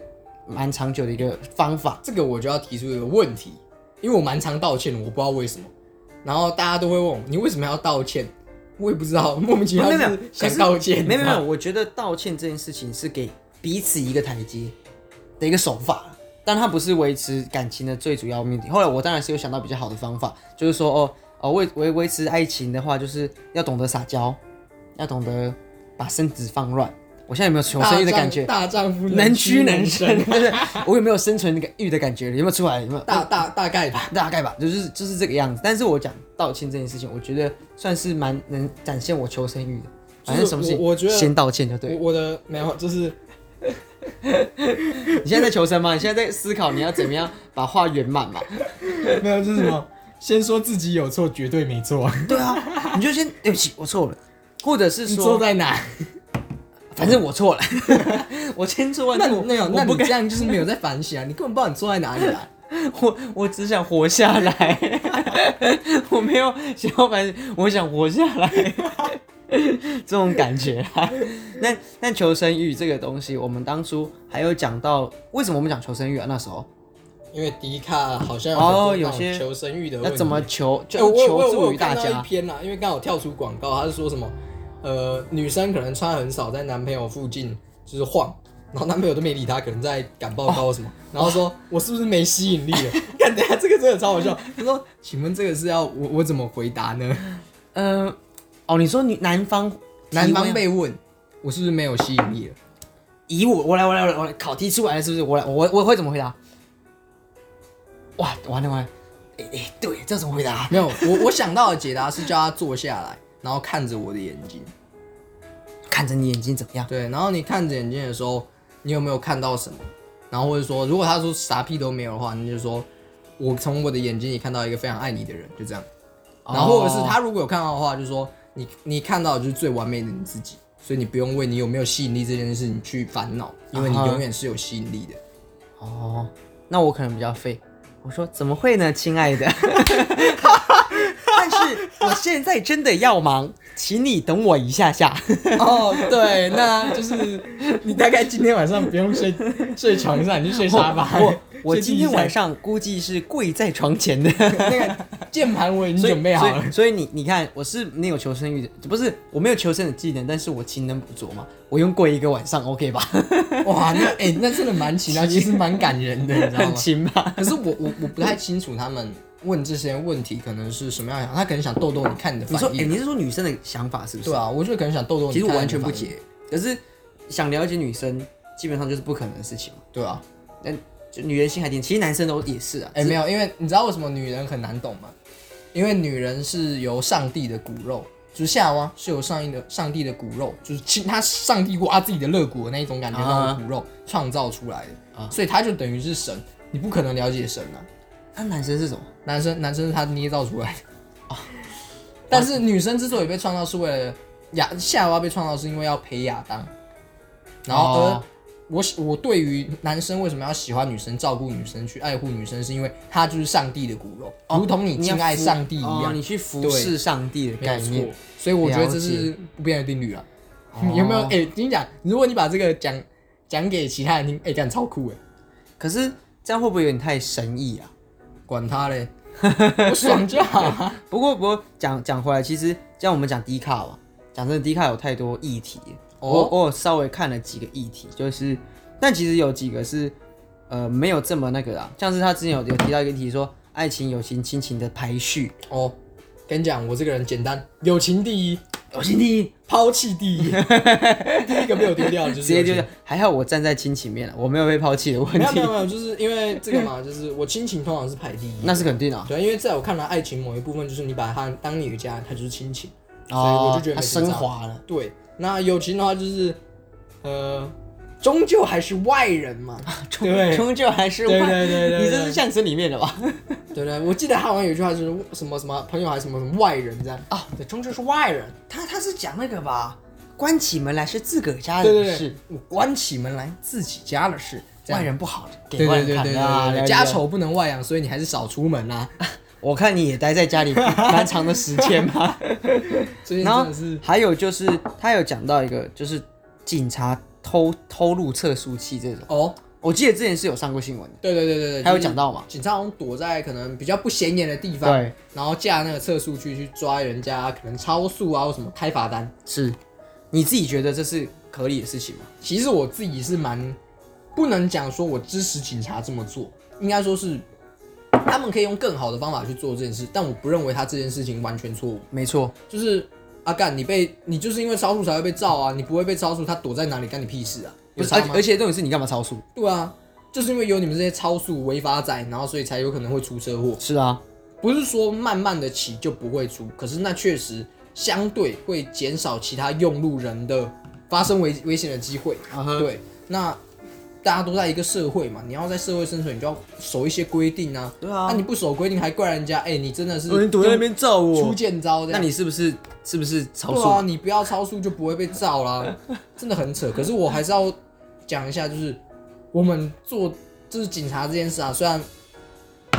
Speaker 1: 蛮长久的一个方法。
Speaker 2: 这个我就要提出一个问题，因为我蛮常道歉的，我不知道为什么。然后大家都会问我，你为什么要道歉？我也不知道，莫名其妙
Speaker 1: 哦没有没有
Speaker 2: 就是，
Speaker 1: 可
Speaker 2: 想
Speaker 1: 是
Speaker 2: 道歉，啊
Speaker 1: 没有没有，
Speaker 2: 有，
Speaker 1: 我觉得道歉这件事情是给彼此一个台阶的一个手法。但它不是维持感情的最主要目的。后来我当然是有想到比较好的方法，就是说哦哦维维维持爱情的话，就是要懂得撒娇，要懂得把身子放软。我现在有没有求生欲的感觉？
Speaker 2: 大丈夫
Speaker 1: 能屈能伸，对不对？ 我有没有生存欲的感觉？有没有出来？有没有？
Speaker 2: 大大大概吧。
Speaker 1: 大概吧，就是就是这个样子。但是我讲道歉这件事情，我觉得算是蛮能展现我求生欲的。反正什么事情，
Speaker 2: 就是我我觉得
Speaker 1: 先道歉就对了
Speaker 2: 我。我的没有，就是
Speaker 1: 你现在在求生吗？你现在在思考你要怎么样把话圆满 嘛？
Speaker 2: 没有，就是什么，先说自己有错，绝对 没错。
Speaker 1: 对啊，你就先对不起，我错了，或者是
Speaker 2: 你错
Speaker 1: 说，
Speaker 2: 在哪？
Speaker 1: 反正我错了， 我千错万
Speaker 2: 那
Speaker 1: 错，
Speaker 2: 你没有，那
Speaker 1: 我
Speaker 2: 你
Speaker 1: 不
Speaker 2: 这
Speaker 1: 该，
Speaker 2: 样就是没有在反省啊！你根本不知道你错在哪里啊！
Speaker 1: 我我只想活下来， 我没有想要反省，我想活下来， 这种感觉啊。那那求生欲这个东西，我们当初还有讲到，为什么我们讲求生欲啊？那时候
Speaker 2: 因为迪卡好像
Speaker 1: 哦
Speaker 2: 很多
Speaker 1: 有
Speaker 2: 那种
Speaker 1: 些
Speaker 2: 求生欲的
Speaker 1: 要
Speaker 2: 问
Speaker 1: 怎么
Speaker 2: 题
Speaker 1: 求，
Speaker 2: 哎
Speaker 1: 就
Speaker 2: 我我
Speaker 1: 求
Speaker 2: 我我
Speaker 1: 助于
Speaker 2: 有
Speaker 1: 大
Speaker 2: 看到一
Speaker 1: 家。
Speaker 2: 篇啦，因为刚好跳出广告，他是说什么？呃，女生可能穿很少，在男朋友附近就是晃，然后男朋友都没理她，可能在赶报告什
Speaker 1: 哦
Speaker 2: 么，然后说我是不是没吸引力 了？看，等一下这个真的超好笑。他说，请问这个是要我我怎么回答呢？
Speaker 1: 呃，哦，你说你男方
Speaker 2: 男
Speaker 1: 提
Speaker 2: 方
Speaker 1: 问
Speaker 2: 被问，我是不是没有吸引力了？
Speaker 1: 以我，我来，我来，我来，我来，考题出来了是不是？我来，我我会怎么回答？哇，完了完了，哎、哎、对，这怎么回答？
Speaker 2: 没有，我我想到的解答是叫他坐下来，然后看着我的眼睛。
Speaker 1: 看着你眼睛怎么样？
Speaker 2: 对，然后你看着眼睛的时候，你有没有看到什么？然后或者说，如果他说啥屁都没有的话，你就说，我从我的眼睛里看到一个非常爱你的人，就这样。然后或者是他如果有看到的话，就说你你看到的就是最完美的你自己，所以你不用为你有没有吸引力这件事情去烦恼，因为你
Speaker 1: 啊哈
Speaker 2: 永远是有吸引力的。
Speaker 1: 哦，那我可能比较废。我说怎么会呢，亲爱 的？但是我现在真的要忙，请你等我一下下。
Speaker 2: 哦，对，那就是你大概今天晚上不用睡睡床上，你就睡
Speaker 1: 我我今天晚上估计是跪在床前的。
Speaker 2: 那个 键盘我已经
Speaker 1: 所以
Speaker 2: 准备好了
Speaker 1: 所以。所以你你看，我是没有求生欲的，不是我没有求生的技能，但是我勤能补拙嘛，我用跪一个晚上，OK 吧？
Speaker 2: 哇，那哎、那真的蛮奇 妙，其实蛮感人的，你知道
Speaker 1: 很
Speaker 2: 吗？
Speaker 1: 勤吧？
Speaker 2: 可是我我我不太清楚他们问这些问题可能是什么样的想，他可能想逗逗你看你的
Speaker 1: 你说，
Speaker 2: 反
Speaker 1: 哎、
Speaker 2: 应。
Speaker 1: 你是说女生的想法是不是？
Speaker 2: 对啊，我觉得可能想逗逗你。
Speaker 1: 其实我完全不。解，可是想了解女生，基本上就是不可能的事情嘛。
Speaker 2: 对啊，
Speaker 1: 但就女人心海底，其实男生都也是啊。
Speaker 2: 哎、没有，因为你知道为什么女人很难懂吗？因为女人是由上帝的骨肉，就是夏娃是由上帝的上帝的骨肉，就是亲他上帝挖自己的肋骨的那一种感觉，
Speaker 1: 啊
Speaker 2: 那种骨肉创造出来的，
Speaker 1: 啊
Speaker 2: 所以他就等于是神，你不可能了解神啊。
Speaker 1: 那男生是什么？
Speaker 2: 男生男生是他捏造出来的啊。
Speaker 1: 哦
Speaker 2: 但是女生之所以被创造，是为了亚夏娃被创造，是因为要陪亚当。然后而
Speaker 1: 哦
Speaker 2: 我喜我对于男生为什么要喜欢女生、照顾女生、去爱护女生，是因为她就是上帝的骨肉，如同你
Speaker 1: 你要
Speaker 2: 敬爱
Speaker 1: 服
Speaker 2: 上帝一
Speaker 1: 哦
Speaker 2: 样，
Speaker 1: 你去服
Speaker 2: 对
Speaker 1: 侍上帝的
Speaker 2: 没有
Speaker 1: 概
Speaker 2: 错
Speaker 1: 念。。
Speaker 2: 所以我觉得
Speaker 1: 了
Speaker 2: 这
Speaker 1: 解
Speaker 2: 是不变的定律啊。
Speaker 1: 哦
Speaker 2: 有没有？哎、跟你讲，如果你把这个讲讲给其他人听，哎、欸，感超酷哎，
Speaker 1: 可是这样会不会有点太神意啊？
Speaker 2: 管他 嘞，我爽就好、啊。
Speaker 1: 不过不过讲讲回来，其实像我们讲低卡嘛，讲真的，低卡有太多议题。
Speaker 2: 哦
Speaker 1: 我我有稍微看了几个议题，就是，但其实有几个是，呃，没有这么那个啦。像是他之前有有提到一个议题说，爱情、友情、亲情的排序，
Speaker 2: 哦，跟你讲，我这个人简单，友情第一，
Speaker 1: 友情第一，
Speaker 2: 抛弃第 一，第一个被我丢掉的就
Speaker 1: 直
Speaker 2: 是友
Speaker 1: 接
Speaker 2: 情
Speaker 1: 丢掉。还好我站在亲情面了，我没有被抛弃的问
Speaker 2: 没有没有
Speaker 1: 题，
Speaker 2: 没有，就是因为这个嘛， 就是我亲情通常是排第一。
Speaker 1: 那是肯定啊。
Speaker 2: 对，因为在我看来，爱情某一部分就是你把它当你的家，它就是亲情，所以
Speaker 1: 哦
Speaker 2: 我就觉，得
Speaker 1: 它
Speaker 2: 没
Speaker 1: 升
Speaker 2: 什么差。
Speaker 1: 华了。
Speaker 2: 对，那友情的话就是，呃，终究还是外人 嘛。对
Speaker 1: 终究还是
Speaker 2: 对
Speaker 1: 万
Speaker 2: 对对对对
Speaker 1: 你这是相声里面的吧？
Speaker 2: 对对，我记得他好像有一句话就是什么什么朋友还是什么什么外人这样
Speaker 1: 啊，
Speaker 2: 对，终究是外人。
Speaker 1: 他他是讲那个吧，关起门来是自个儿家
Speaker 2: 对
Speaker 1: 人
Speaker 2: 对
Speaker 1: 的
Speaker 2: 对
Speaker 1: 事，，
Speaker 2: 我关起门来自己家的事，这样
Speaker 1: 外人不好给
Speaker 2: 对
Speaker 1: 外人
Speaker 2: 对对
Speaker 1: 看
Speaker 2: 对
Speaker 1: 的啊。了
Speaker 2: 对，
Speaker 1: 解
Speaker 2: 家丑不能外扬，所以你还是少出门啦、啊。
Speaker 1: 我看你也待在家里 蛮长的时间 嘛。
Speaker 2: 最
Speaker 1: 然
Speaker 2: 近真
Speaker 1: 后
Speaker 2: 的是
Speaker 1: 还有就是，他有讲到一个，就是警察偷偷录测速器这种，
Speaker 2: 哦，
Speaker 1: 我记得之前是有上过新闻的，
Speaker 2: 对对对对对，
Speaker 1: 还有
Speaker 2: 就是
Speaker 1: 讲到嘛，
Speaker 2: 警察好像躲在可能比较不显眼的地方，
Speaker 1: 对，
Speaker 2: 然后架那个测速器去抓人家可能超速啊或什么开罚单。
Speaker 1: 是，你自己觉得这是合理的事情吗？
Speaker 2: 其实我自己是蛮不能讲说我支持警察这么做，应该说是他们可以用更好的方法去做这件事，但我不认为他这件事情完全错误。
Speaker 1: 没错，
Speaker 2: 就是阿干，你被你就是因为超速才会被照啊，你不会被超速，他躲在哪里干你屁事啊？
Speaker 1: 不
Speaker 2: 有
Speaker 1: 是，
Speaker 2: 差
Speaker 1: 而
Speaker 2: 吗
Speaker 1: 而？且重点是你干嘛超速？
Speaker 2: 对啊，就是因为有你们这些超速违法仔，然后所以才有可能会出车祸。
Speaker 1: 是啊，
Speaker 2: 不是说慢慢的骑就不会出，可是那确实相对会减少其他用路人的发生危危险的机会。
Speaker 1: 啊哈，
Speaker 2: 对，那大家都在一个社会嘛，你要在社会生存，你就要守一些规定啊。
Speaker 1: 对
Speaker 2: 那、
Speaker 1: 啊，
Speaker 2: 你不守规定还怪人家，哎、你真的是
Speaker 1: 有人哦躲在那边照
Speaker 2: 出
Speaker 1: 我，
Speaker 2: 剑招的。
Speaker 1: 那你是不是是不是超
Speaker 2: 对啊，
Speaker 1: 速？
Speaker 2: 你不要超速就不会被照啦， 真的很扯。可是我还是要讲一下，就是我们做就是警察这件事啊，虽然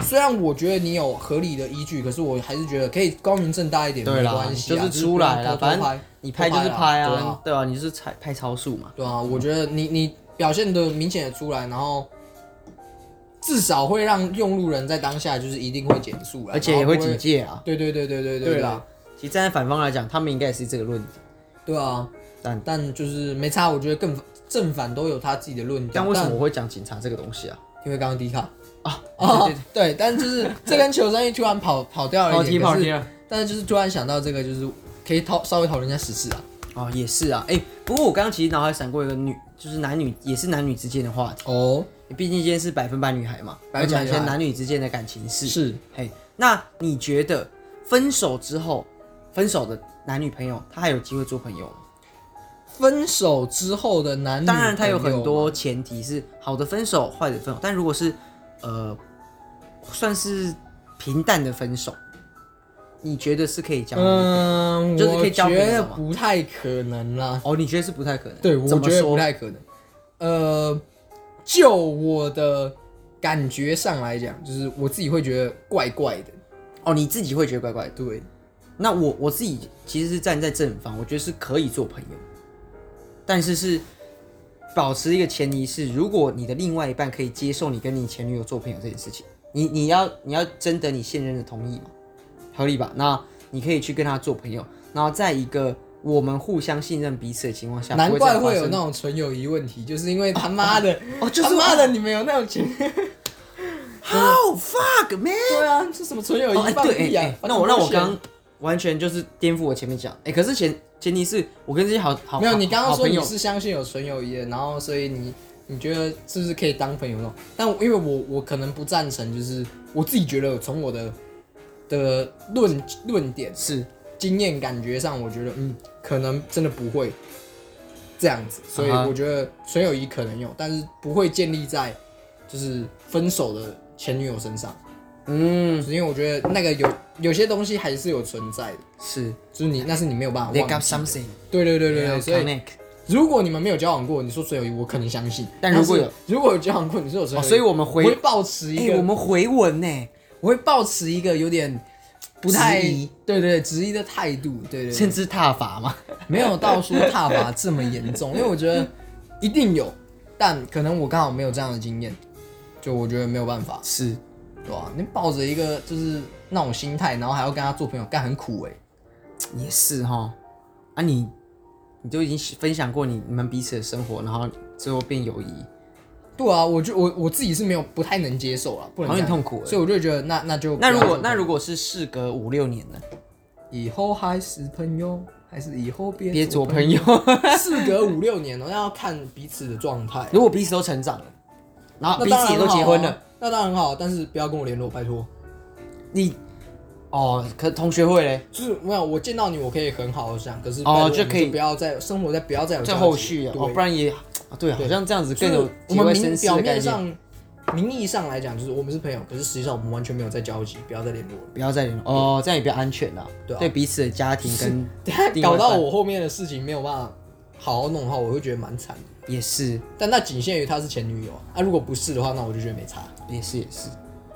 Speaker 2: 虽然我觉得你有合理的依据，可是我还是觉得可以光明正大一点，
Speaker 1: 对啦
Speaker 2: 没关系啊、
Speaker 1: 就是出来啦
Speaker 2: 了，
Speaker 1: 反正
Speaker 2: 拍
Speaker 1: 你拍就是拍
Speaker 2: 偷拍啊
Speaker 1: 啊，对啊，你就是拍拍超速嘛。
Speaker 2: 对啊，我觉得你你表现的明显的出来，然后至少会让用路人在当下就是一定会减速啦，
Speaker 1: 而且也会
Speaker 2: 然后不
Speaker 1: 警戒啊。
Speaker 2: 对对对对对对
Speaker 1: 啦，，其实站在反方来讲，他们应该也是这个论点。
Speaker 2: 对啊，
Speaker 1: 但
Speaker 2: 但就是没差，我觉得更正反都有他自己的论调，
Speaker 1: 但为什么我会讲警察这个东西啊？
Speaker 2: 因为刚刚迪卡
Speaker 1: 啊
Speaker 2: 哦
Speaker 1: 对，
Speaker 2: 对，但就是这跟求生欲突然跑 跑掉
Speaker 1: 哦
Speaker 2: 了一点，可是
Speaker 1: 了。
Speaker 2: 但是就是突然想到这个，就是可以讨稍微讨论一下时事啊。
Speaker 1: 哦，也是啊，哎、不过我刚刚其实脑海闪过一个女，就是男女也是男女之间的话题，
Speaker 2: 哦，
Speaker 1: 毕竟今天是百分百女孩嘛，
Speaker 2: 百
Speaker 1: 要
Speaker 2: 分
Speaker 1: 讲
Speaker 2: 百女孩
Speaker 1: 一些男女之间的感情事。
Speaker 2: 是
Speaker 1: 嘿，那你觉得分手之后，分手的男女朋友他还有机会做朋友吗？
Speaker 2: 分手之后的男女，
Speaker 1: 当然，他有很，多前提是好的分手、坏的分手，但如果是呃，算是平淡的分手，你觉得是可以交往的？
Speaker 2: 嗯，
Speaker 1: 就是可以
Speaker 2: 我
Speaker 1: 交朋友
Speaker 2: 觉得
Speaker 1: 嘛
Speaker 2: 不太可能啦。
Speaker 1: 哦，你觉得是不太可能？
Speaker 2: 对，我
Speaker 1: 怎么
Speaker 2: 觉得不
Speaker 1: 说？
Speaker 2: 太可能。呃，就我的感觉上来讲，就是我自己会觉得怪怪的。
Speaker 1: 哦，你自己会觉得怪怪的。
Speaker 2: 对，
Speaker 1: 那我我自己其实是站在正方，我觉得是可以做朋友，但是是保持一个前提是，如果你的另外一半可以接受你跟你前女友做朋友这件事情，你你要你要征得你现任的同意嘛，合理吧？那你可以去跟他做朋友，然后在一个我们互相信任彼此的情况下，
Speaker 2: 难怪
Speaker 1: 不
Speaker 2: 会
Speaker 1: 再
Speaker 2: 有
Speaker 1: 发生
Speaker 2: 那种纯友谊问题，就是因为他妈 的，
Speaker 1: 哦就是
Speaker 2: 他妈的，你们有那种情，
Speaker 1: How fuck man？
Speaker 2: 对 啊，这什么纯友
Speaker 1: 哦，
Speaker 2: 谊
Speaker 1: 哎、
Speaker 2: 放
Speaker 1: 对，哎、
Speaker 2: 屁啊
Speaker 1: 哎！那我让我
Speaker 2: fucking
Speaker 1: 刚完全就是颠覆我前面讲，哎、可是前前提是我跟这些好好
Speaker 2: bullshit 没有，你刚刚
Speaker 1: 好
Speaker 2: 说
Speaker 1: 朋
Speaker 2: 你
Speaker 1: 友
Speaker 2: 是相信有纯友谊的，然后所以你你觉得是不是可以当朋友那种？但我因为我我可能不赞成，就是我自己觉得从我的的论论点
Speaker 1: 是
Speaker 2: 经验感觉上，我觉得嗯，可能真的不会这样子，所以
Speaker 1: 啊哈
Speaker 2: 我觉得纯友谊可能有，但是不会建立在就是分手的前女友身上，
Speaker 1: 嗯
Speaker 2: 因为我觉得那个有有些东西还是有存在的，
Speaker 1: 是。
Speaker 2: 就是你那是你没有办法
Speaker 1: They got
Speaker 2: 忘记。
Speaker 1: something.
Speaker 2: 对对对对
Speaker 1: Yeah,
Speaker 2: 对，所以
Speaker 1: connect.
Speaker 2: 如果你们没有交往过，你说纯友谊，我可能相信；
Speaker 1: 但
Speaker 2: 是
Speaker 1: 如果有
Speaker 2: 如果有交往过，你说有纯
Speaker 1: 哦，
Speaker 2: 友谊，
Speaker 1: 所以我们
Speaker 2: 我会
Speaker 1: 回，
Speaker 2: 保持一
Speaker 1: 哎、
Speaker 2: 个，
Speaker 1: 我们回文呢、
Speaker 2: 我会保持一个有点不太
Speaker 1: 质疑
Speaker 2: 对对质疑的态度，对对对，
Speaker 1: 甚至踏伐 嘛。
Speaker 2: 没有到说踏伐这么严重，因为我觉得一定有，但可能我刚好没有这样的经验，就我觉得没有办法，
Speaker 1: 是，
Speaker 2: 对吧、你抱着一个就是那种心态，然后还要跟他做朋友，干很苦哎、
Speaker 1: 也是哈。啊你，你都已经分享过你你们彼此的生活，然后最后变友谊，
Speaker 2: 对啊，我就我我自己是没有不太能接受了，啊不能
Speaker 1: 好
Speaker 2: 这
Speaker 1: 像很痛
Speaker 2: 样
Speaker 1: 苦、欸
Speaker 2: 所。以我就觉得那那就
Speaker 1: 那如
Speaker 2: 不要
Speaker 1: 果
Speaker 2: 哎做朋
Speaker 1: 那
Speaker 2: 友
Speaker 1: 如果是事隔五六年呢？
Speaker 2: 以后还是朋友，还是以后别
Speaker 1: 别做
Speaker 2: 做
Speaker 1: 朋
Speaker 2: 友，
Speaker 1: 友。
Speaker 2: 事隔五六年哦、那要看彼此的 状态。
Speaker 1: 如果彼此都成长了，然后
Speaker 2: 那
Speaker 1: 彼
Speaker 2: 当然
Speaker 1: 此也都结婚
Speaker 2: 好啊
Speaker 1: 了，，
Speaker 2: 那当然很好，但是不要跟我联络，拜托。
Speaker 1: 你哦，可同学会嘞，
Speaker 2: 就是没有，我见到你，我可以很好的讲，可是
Speaker 1: 哦
Speaker 2: 拜托我们
Speaker 1: 就
Speaker 2: 就
Speaker 1: 可以
Speaker 2: 不要再生活在不要再有
Speaker 1: 在
Speaker 2: 交集
Speaker 1: 后续啊，
Speaker 2: 对
Speaker 1: 哦，不然也啊对，好像这样子
Speaker 2: 就
Speaker 1: 更
Speaker 2: 是
Speaker 1: 有
Speaker 2: 我
Speaker 1: 体
Speaker 2: 们
Speaker 1: 会
Speaker 2: 明
Speaker 1: 绅士
Speaker 2: 表
Speaker 1: 的概念。
Speaker 2: 面上名义上来讲，就是我们是朋友，可是实际上我们完全没有在交集，不要再联 络了。
Speaker 1: 不要再联络哦，这样也比较安全啦。
Speaker 2: 对啊
Speaker 1: 彼此的家庭跟
Speaker 2: 等下
Speaker 1: 另外
Speaker 2: 搞
Speaker 1: 一半
Speaker 2: 到我后面的事情没有办法好好弄的话，我会觉得蛮惨的。
Speaker 1: 也是
Speaker 2: 但那仅限于她是前女友啊，啊如果不是的话，那我就觉得没差。
Speaker 1: 也是也是。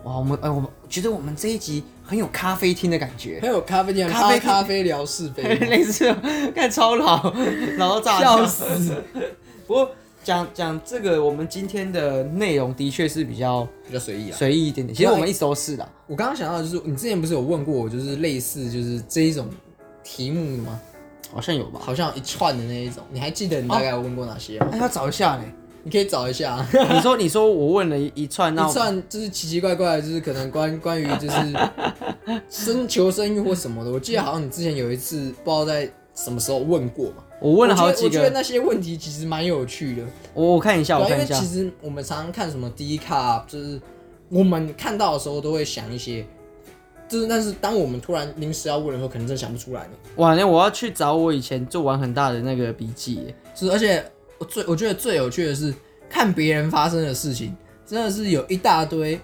Speaker 1: 哇，我们哎、我们觉得我们这一集很有咖啡厅的感 觉，
Speaker 2: 还有咖啡店，
Speaker 1: 咖啡
Speaker 2: 咖咖啡聊是 非，
Speaker 1: 类似看超 老，然后炸
Speaker 2: 笑
Speaker 1: 掉。
Speaker 2: 死，
Speaker 1: 不过讲讲这个，我们今天的内容的确是比较
Speaker 2: 比较随意啊。
Speaker 1: 随意一点点，其实我们一直都是的。
Speaker 2: 我刚刚想到的就是，你之前不是有问过我，就是类似就是这一种题目的吗？
Speaker 1: 好像有吧？
Speaker 2: 好像一串的那一种，你还记得你大概有问过哪些吗？
Speaker 1: 哎，要找一下嘞，
Speaker 2: 你可以找一下啊，
Speaker 1: 你说你说我问了一一串，那
Speaker 2: 一串就是奇奇怪怪的，就是可能关关于就是生求生欲或什么的。我记得好像你之前有一次不知道在什么时候问过嘛，
Speaker 1: 我问了好几
Speaker 2: 我觉得我觉得
Speaker 1: 个，
Speaker 2: 那些问题其实蛮有趣的，
Speaker 1: 我我看一下，我
Speaker 2: 对啊，
Speaker 1: 看
Speaker 2: 因为
Speaker 1: 一下
Speaker 2: 其，实我们常常看什么低卡，就是我们看到的时候都会想一些，就是但是当我们突然临时要问的时候，可能真的想不出来呢。
Speaker 1: 哇，那我要去找我以前做完很大的那个笔记耶，
Speaker 2: 是，而且我最我觉得最有趣的是看别人发生的事情，真的是有一大堆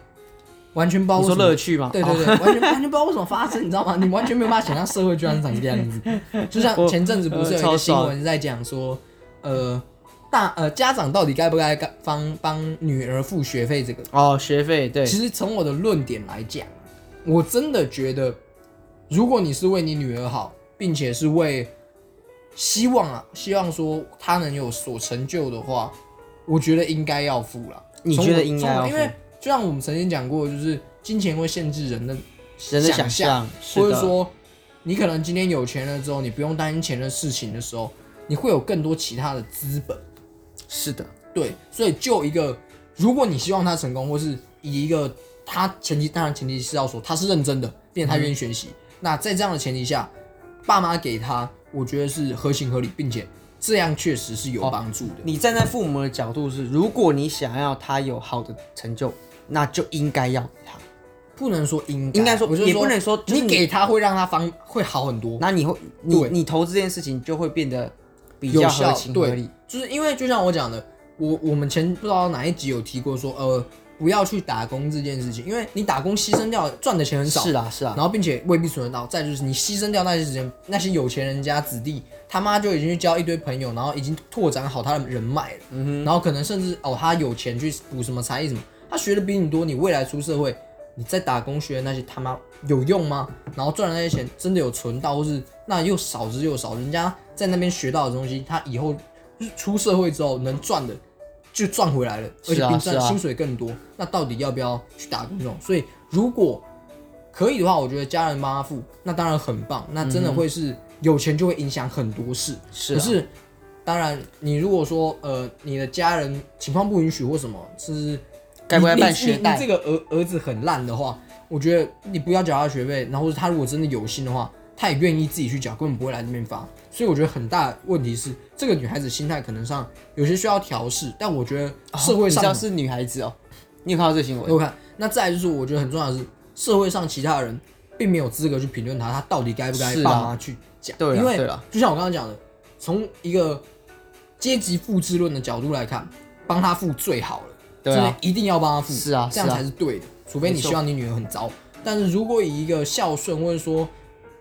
Speaker 2: 完全包
Speaker 1: 你
Speaker 2: 括
Speaker 1: 说乐趣吗？
Speaker 2: 对对对， 完全完全不知道为什么发生，你知道吗？你完全没有办法想象社会居然是长这样子。就像
Speaker 1: 我
Speaker 2: 前阵子不是有
Speaker 1: 呃
Speaker 2: 一
Speaker 1: 超
Speaker 2: 个新
Speaker 1: 爽
Speaker 2: 闻在讲说，呃，大呃家长到底该不该帮帮女儿付学费这个？
Speaker 1: 哦，哦学费对，
Speaker 2: 其实从我的论点来讲，我真的觉得，如果你是为你女儿好，并且是为希望啊，希望说她能有所成就的话，我觉得应该要付了。
Speaker 1: 你
Speaker 2: 从
Speaker 1: 觉得
Speaker 2: 我
Speaker 1: 应
Speaker 2: 从
Speaker 1: 该
Speaker 2: 我
Speaker 1: 要
Speaker 2: 因
Speaker 1: 付
Speaker 2: 为就像我们曾经讲过，就是金钱会限制人的
Speaker 1: 人的
Speaker 2: 想
Speaker 1: 想
Speaker 2: 象
Speaker 1: 象，
Speaker 2: 或
Speaker 1: 是
Speaker 2: 者
Speaker 1: 的，
Speaker 2: 说你可能今天有钱了之后，你不用担心钱的事情的时候，你会有更多其他的资本。
Speaker 1: 是的，
Speaker 2: 对，所以就一个，如果你希望他成功，或是以一个他前提，当然前提是要说他是认真的，并且他愿意学习。那在这样的前提下，爸妈给他，我觉得是合情合理，并且这样确实是有帮助的。
Speaker 1: 你站在父母的角度是，如果你想要他有好的成就，那就应该要给他。
Speaker 2: 不能说应
Speaker 1: 应该说
Speaker 2: 我就
Speaker 1: 也不能说就是
Speaker 2: 你
Speaker 1: 你
Speaker 2: 给他会让他方会好很多，
Speaker 1: 那你会你
Speaker 2: 对
Speaker 1: 你投资这件事情就会变得比
Speaker 2: 有
Speaker 1: 较
Speaker 2: 效
Speaker 1: 合情合
Speaker 2: 对
Speaker 1: 理。，
Speaker 2: 就是因为就像我讲的，我我们前不知道哪一集有提过说，呃，不要去打工这件事情，因为你打工牺牲掉赚的钱很少，
Speaker 1: 是啊是啊，
Speaker 2: 然后并且未必存得到。再就是你牺牲掉那些时间，那些有钱人家子弟他妈就已经去交一堆朋友，然后已经拓展好他的人脉了。然后可能甚至哦，他有钱去补什么才艺什么，他学的比你多，你未来出社会，你在打工学的那些他妈有用吗？然后赚的那些钱真的有存到，或是那又少之又少。人家在那边学到的东西，他以后就是出社会之后能赚的。就赚回来了，而
Speaker 1: 是
Speaker 2: 且
Speaker 1: 啊
Speaker 2: 比
Speaker 1: 是
Speaker 2: 赚
Speaker 1: 啊
Speaker 2: 薪水更多。那到底要不要去打工这种？所以，如果可以的话，我觉得家人帮他付，那当然很棒，那真的会是有钱就会影响很多事。
Speaker 1: 是
Speaker 2: 可
Speaker 1: 啊
Speaker 2: 是，当然你如果说呃你的家人情况不允许或什么，是
Speaker 1: 该不该
Speaker 2: 你
Speaker 1: 办
Speaker 2: 你
Speaker 1: 学贷
Speaker 2: 你你这个儿儿子很烂的话，我觉得你不要缴他学费，然后他如果真的有心的话，他也愿意自己去缴，根本不会来这边发。所以我觉得很大的问题是，这个女孩子心态可能上有些需要调试，但我觉得社会
Speaker 1: 你知
Speaker 2: 上
Speaker 1: 道是女孩子哦，你有看到这个新闻？
Speaker 2: 我看，那再来就是我觉得很重要的是，社会上其他人并没有资格去评论他，他到底该不该
Speaker 1: 是啊
Speaker 2: 爸妈去讲。
Speaker 1: 对啊
Speaker 2: 因为
Speaker 1: 对啊
Speaker 2: 就像我刚刚讲的，从一个阶级复制论的角度来看，帮他付最好了，
Speaker 1: 对啊
Speaker 2: 真的一定要帮他付，
Speaker 1: 是啊
Speaker 2: 这样
Speaker 1: 是啊
Speaker 2: 才是对的。除非你
Speaker 1: 没错
Speaker 2: 希望你女儿很糟，但是如果以一个孝顺或者说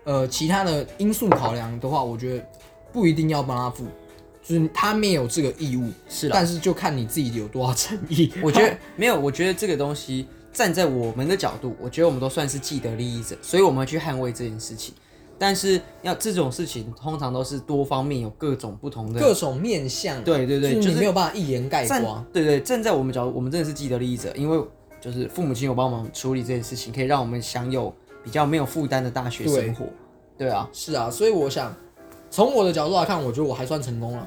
Speaker 2: 呃其他的因素考量的话，我觉得不一定要帮他付。就是他没有这个义务，
Speaker 1: 是啊
Speaker 2: 但是就看你自己有多少诚意。
Speaker 1: 我觉得没有，我觉得这个东西站在我们的角度，我觉得我们都算是既得利益者，所以我们去捍卫这件事情。但是要这种事情，通常都是多方面有各种不同的，
Speaker 2: 各种面相，
Speaker 1: 对对对
Speaker 2: 就是
Speaker 1: 就
Speaker 2: 你
Speaker 1: 是
Speaker 2: 没有办法一言概
Speaker 1: 站
Speaker 2: 括。啊
Speaker 1: 对对，站在我们角度，我们真的是既得利益者，因为就是父母亲有帮我们处理这件事情，可以让我们享有比较没有负担的大学生活。对啊，
Speaker 2: 是啊，所以我想从我的角度来看，我觉得我还算成功了，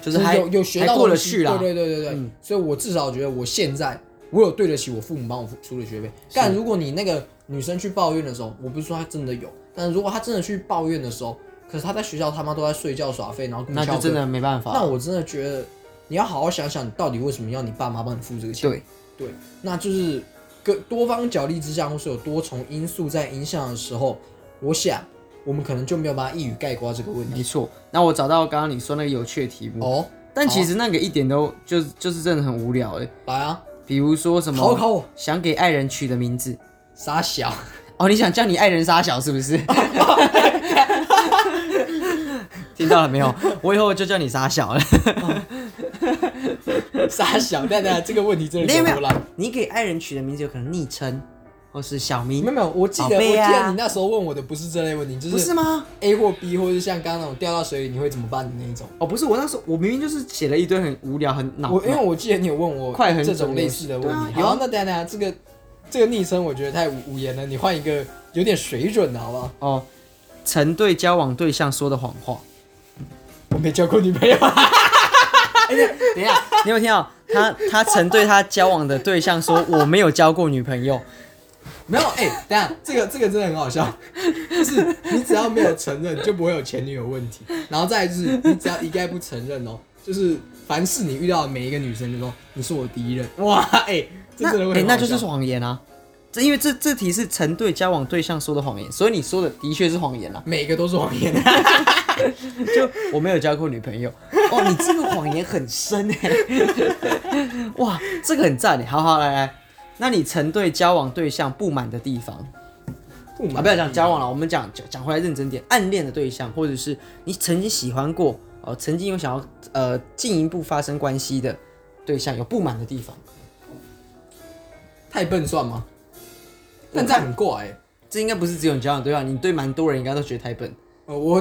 Speaker 1: 就是还
Speaker 2: 有有学到
Speaker 1: 还过得
Speaker 2: 东西
Speaker 1: 去啦。嗯
Speaker 2: 对对对对对，所以我至少觉得我现在我有对得起我父母帮我付出的学费。但如果你那个女生去抱怨的时候，我不是说她真的有，但如果她真的去抱怨的时候，可是她在学校他妈都在睡觉耍废，然后跟
Speaker 1: 那就真的没办法。
Speaker 2: 那我真的觉得你要好好想想，你到底为什么要你爸妈帮你付这个钱？
Speaker 1: 对
Speaker 2: 对，那就是各多方角力之下，或是有多重因素在影响的时候，我想我们可能就没有办法一语概括这个问题。
Speaker 1: 没错。那我找到刚刚你说那个有趣的题目，
Speaker 2: 哦，
Speaker 1: 但其实那个一点都就是就是真的很无聊哎。
Speaker 2: 来啊，
Speaker 1: 比如说什
Speaker 2: 考
Speaker 1: 么
Speaker 2: 考我，
Speaker 1: 想给爱人取的名字
Speaker 2: 傻小，
Speaker 1: 哦，你想叫你爱人杀小是不是？ 听到了没有？我以后就叫你傻小了。
Speaker 2: 傻小，蛋蛋，这个问题真的
Speaker 1: 没有
Speaker 2: 有
Speaker 1: 没 有
Speaker 2: 多烂。，
Speaker 1: 你给爱人取的名字有可能昵称或是小名
Speaker 2: 没有，没有，我记
Speaker 1: 宝
Speaker 2: 得、我记
Speaker 1: 贝啊
Speaker 2: 得你那时候问我的不是这类问题，就
Speaker 1: 不是
Speaker 2: 是
Speaker 1: 吗？
Speaker 2: A 或 B，或者是像刚刚那种掉到水里你会怎么办的那一种。
Speaker 1: 哦，不是，我那时候我明明就是写了一堆很无聊、很脑
Speaker 2: 我因为我记得你有问我
Speaker 1: 哦快很
Speaker 2: 这
Speaker 1: 准
Speaker 2: 种
Speaker 1: 的
Speaker 2: 类似的问
Speaker 1: 对啊
Speaker 2: 题。
Speaker 1: 有
Speaker 2: 好
Speaker 1: 啊，
Speaker 2: 那等一下等一下，这个这个昵称我觉得太无无言了，你换一个有点水准的好不好？
Speaker 1: 哦，曾对交往对象说的谎话，
Speaker 2: 我没交过女朋友。哎、
Speaker 1: 等一下，你有没有听到他他曾对他交往的对象说我没有交过女朋友，
Speaker 2: 没有，哎、等一下这个这个真的很好笑，就是你只要没有承认，就不会有前女友问题。然后再来就是你只要一概不承认哦，就是凡是你遇到的每一个女生，就说你是我第一任，哇，哎、这
Speaker 1: 那
Speaker 2: 真的会
Speaker 1: 哎、
Speaker 2: 很好
Speaker 1: 那
Speaker 2: 笑
Speaker 1: 就是谎言啊。这因为这这题是曾对交往对象说的谎言，所以你说的的确是谎 言啦、啊
Speaker 2: 每个都是谎言。
Speaker 1: 就我没有交过女朋友。哦，你这个谎言很深哎、 哇，这个很赞哎、好好来来，那你曾对交往对象不满的地方
Speaker 2: 不
Speaker 1: 啊，不要讲交往了，我们讲讲讲回来认真点，暗恋的对象，或者是你曾经喜欢过哦、曾经有想要呃进一步发生关系的对象有不满的地方，
Speaker 2: 太笨算吗？但这样很怪、欸。
Speaker 1: 这应该不是只有你交往对象，你对蛮多人应该都觉得太笨，
Speaker 2: 呃， 我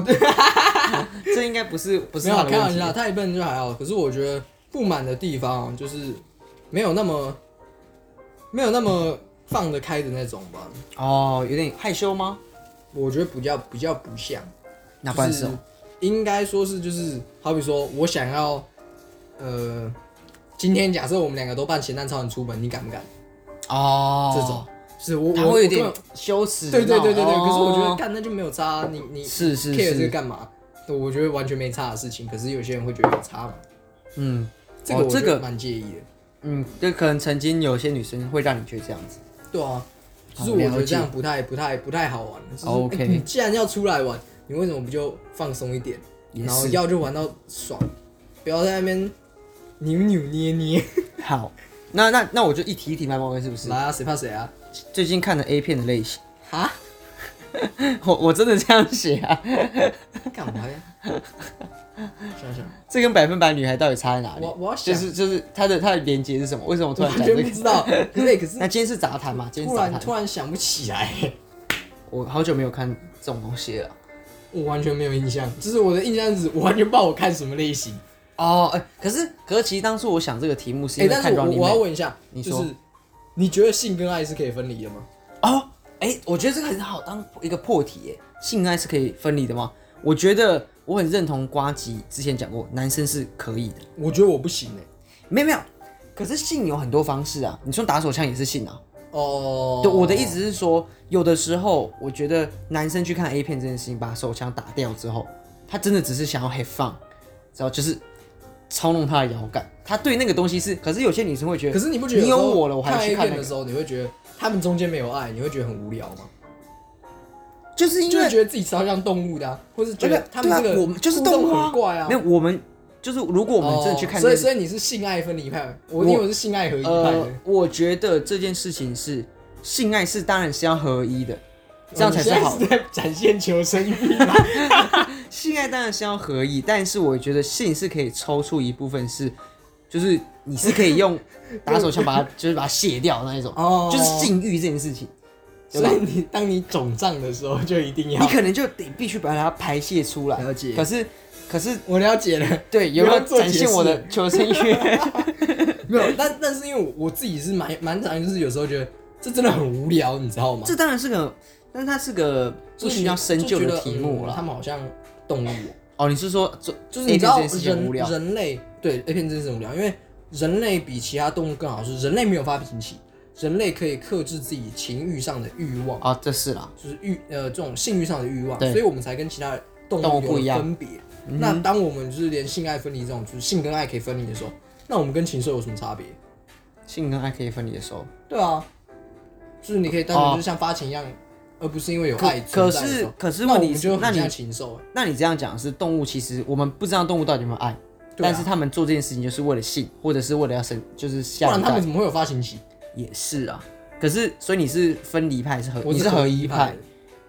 Speaker 1: 这应该不是哦不是
Speaker 2: 没有
Speaker 1: 他的
Speaker 2: 开
Speaker 1: 问
Speaker 2: 玩
Speaker 1: 题。
Speaker 2: 笑，太笨就还好。可是我觉得不满的地方哦就是没有那么没有那么放得开的那种吧。
Speaker 1: 哦，有点害羞吗？
Speaker 2: 我觉得比较比较不像，
Speaker 1: 那不然是什
Speaker 2: 就
Speaker 1: 么
Speaker 2: 是应该说是就是好比说我想要呃，今天假设我们两个都扮咸蛋超人出门，你敢不敢？
Speaker 1: 哦，
Speaker 2: 这种就是我
Speaker 1: 他
Speaker 2: 我
Speaker 1: 会有
Speaker 2: 我根
Speaker 1: 点
Speaker 2: 本
Speaker 1: 羞耻的
Speaker 2: 对
Speaker 1: 那种。
Speaker 2: 对对对对。可是我觉得
Speaker 1: 哦
Speaker 2: 干那就没有差啊，你你
Speaker 1: 是是
Speaker 2: care 这个
Speaker 1: 是，
Speaker 2: 干嘛？对我觉得完全没差的事情，可是有些人会觉得有差嘛，
Speaker 1: 嗯
Speaker 2: 这个
Speaker 1: 哦
Speaker 2: 我
Speaker 1: 这
Speaker 2: 觉得
Speaker 1: 个
Speaker 2: 蛮介意的。
Speaker 1: 嗯，就可能曾经有些女生会让你觉得这样子。
Speaker 2: 对啊，就
Speaker 1: 好
Speaker 2: 是我觉
Speaker 1: 了解
Speaker 2: 得
Speaker 1: 哦
Speaker 2: 这样不太、不太、不太好玩。就是、
Speaker 1: OK
Speaker 2: 欸你既然要出来玩，你为什么不就放松一点？
Speaker 1: 也
Speaker 2: 然后
Speaker 1: 是
Speaker 2: 要就玩到爽，不要在那边扭扭捏捏。
Speaker 1: 好，那那那我就一题一题慢慢问，是不是？
Speaker 2: 来啊，谁怕谁啊？
Speaker 1: 最近看的 A 片的类型，
Speaker 2: 哈？
Speaker 1: 我我真的这样写啊？
Speaker 2: 干 嘛呀？想想，
Speaker 1: 这跟百分百女孩到底差在哪里
Speaker 2: 我？我要
Speaker 1: 就
Speaker 2: 想，
Speaker 1: 是就是它的它的连接是什么？为什么我突
Speaker 2: 我
Speaker 1: 然
Speaker 2: 完
Speaker 1: 讲
Speaker 2: 全
Speaker 1: 这
Speaker 2: 不
Speaker 1: 个？
Speaker 2: 知道。可是、欸可是
Speaker 1: 那今天是杂谈嘛？今天
Speaker 2: 突
Speaker 1: 是杂
Speaker 2: 然
Speaker 1: 谈，
Speaker 2: 突然想不起来，
Speaker 1: 我好久没有看这种东西了。
Speaker 2: 我完全没有印象。就是我的印象是，我完全不知道我看什么类型。
Speaker 1: 哦，哎、可是可是其实当初我想这个题目是
Speaker 2: 哎、
Speaker 1: 因为
Speaker 2: 但
Speaker 1: 看
Speaker 2: 是
Speaker 1: r
Speaker 2: 我
Speaker 1: u n
Speaker 2: 我要问一下，
Speaker 1: 你
Speaker 2: 就
Speaker 1: 说
Speaker 2: 是你觉得性跟爱是可以分离的吗？
Speaker 1: 哦，哎、我觉得这个很好当一个破题耶，性爱是可以分离的吗？我觉得我很认同瓜吉之前讲过，男生是可以的，
Speaker 2: 我觉得我不行哎、
Speaker 1: 没有没有。可是性有很多方式啊，你说打手枪也是性啊。
Speaker 2: 哦，
Speaker 1: 对，我的意思是说，有的时候我觉得男生去看 A 片这件事情，把手枪打掉之后，他真的只是想要 have fun，知道就是操弄他的摇杆，他对那个东西是，可是有些女生会觉得，
Speaker 2: 可是你不觉得
Speaker 1: 你
Speaker 2: 时
Speaker 1: 有
Speaker 2: 候
Speaker 1: 我了，我
Speaker 2: 看
Speaker 1: 还
Speaker 2: A
Speaker 1: 去看那
Speaker 2: 片的
Speaker 1: 个，
Speaker 2: 时候，你会觉得他们中间没有爱，你会觉得很无聊吗？
Speaker 1: 就是因
Speaker 2: 就
Speaker 1: 为
Speaker 2: 是觉得自己超像动物的、啊，或是觉
Speaker 1: 对
Speaker 2: 得
Speaker 1: 啊
Speaker 2: 他们这
Speaker 1: 对啊
Speaker 2: 个
Speaker 1: 我们就是
Speaker 2: 互动
Speaker 1: 动物啊
Speaker 2: 很怪啊。
Speaker 1: 没有我们就是如果我
Speaker 2: 我
Speaker 1: 们真的去看
Speaker 2: 所
Speaker 1: 这
Speaker 2: 以
Speaker 1: 个，
Speaker 2: 所以你是性爱分离派，我
Speaker 1: 我
Speaker 2: 因为我是性爱合一派的
Speaker 1: 呃，，我觉得这件事情是性爱是当然是要合一的，这样才是好
Speaker 2: 你
Speaker 1: 的。
Speaker 2: 嗯现在是在展现求生欲吗？
Speaker 1: 性爱当然是要合一，但是我觉得性是可以抽出一部分是，就是你是可以用打手枪把它，就是把它卸掉那一种，
Speaker 2: 哦
Speaker 1: 就是禁欲这件事情， 对吧
Speaker 2: 所以？你当你肿胀的时候，就一定
Speaker 1: 你
Speaker 2: 要
Speaker 1: 可能就得必须把它排泄出来。
Speaker 2: 了解
Speaker 1: 可是，可是
Speaker 2: 我了解了，
Speaker 1: 对，有没有
Speaker 2: 不要做
Speaker 1: 展现
Speaker 2: 解释
Speaker 1: 我的求生欲？
Speaker 2: 没有，但但是因为我我自己是蛮蛮常就是有时候觉得这真的很无聊，你知道吗？
Speaker 1: 这当然是个，但是它是个不需要深究的题目
Speaker 2: 了。嗯他
Speaker 1: 了。
Speaker 2: 们好像动物哦、
Speaker 1: 哦，你是说就
Speaker 2: 就是你知道
Speaker 1: A 片这件事情很
Speaker 2: 人
Speaker 1: 无聊
Speaker 2: 人类对 A 片真是很无聊，因为人类比其他动物更好是人类没有发脾气，人类可以克制自己情欲上的欲望，
Speaker 1: 啊？这是啦，
Speaker 2: 就是欲呃这种性欲上的欲望，
Speaker 1: 对
Speaker 2: 所以我们才跟其他动
Speaker 1: 动物
Speaker 2: 物有
Speaker 1: 不一样嗯
Speaker 2: 分别。那当我们就是连性爱分离这种，就是性跟爱可以分离的时候，那我们跟禽兽有什么差别？
Speaker 1: 性跟爱可以分离的时候，
Speaker 2: 对啊，就是你可以单纯
Speaker 1: 哦
Speaker 2: 就是像发情一样，而不是因为有
Speaker 1: 可
Speaker 2: 爱
Speaker 1: 可
Speaker 2: 存在的时
Speaker 1: 是
Speaker 2: 候。
Speaker 1: 可是
Speaker 2: 那我
Speaker 1: 问题
Speaker 2: 们
Speaker 1: 是
Speaker 2: 就
Speaker 1: 那
Speaker 2: 很
Speaker 1: 你
Speaker 2: 像禽兽、欸，
Speaker 1: 那你这样讲是动物，其实我们不知道动物到底有没有爱，
Speaker 2: 对啊
Speaker 1: 但是他们做这件事情就是为了性，或者是为了要生，就是
Speaker 2: 不
Speaker 1: 下
Speaker 2: 然
Speaker 1: 一
Speaker 2: 他们
Speaker 1: 代
Speaker 2: 怎么会有发情期？
Speaker 1: 也是啊。可是，所以你是分离派还是合？
Speaker 2: 我
Speaker 1: 你是合
Speaker 2: 合
Speaker 1: 一
Speaker 2: 派
Speaker 1: 派，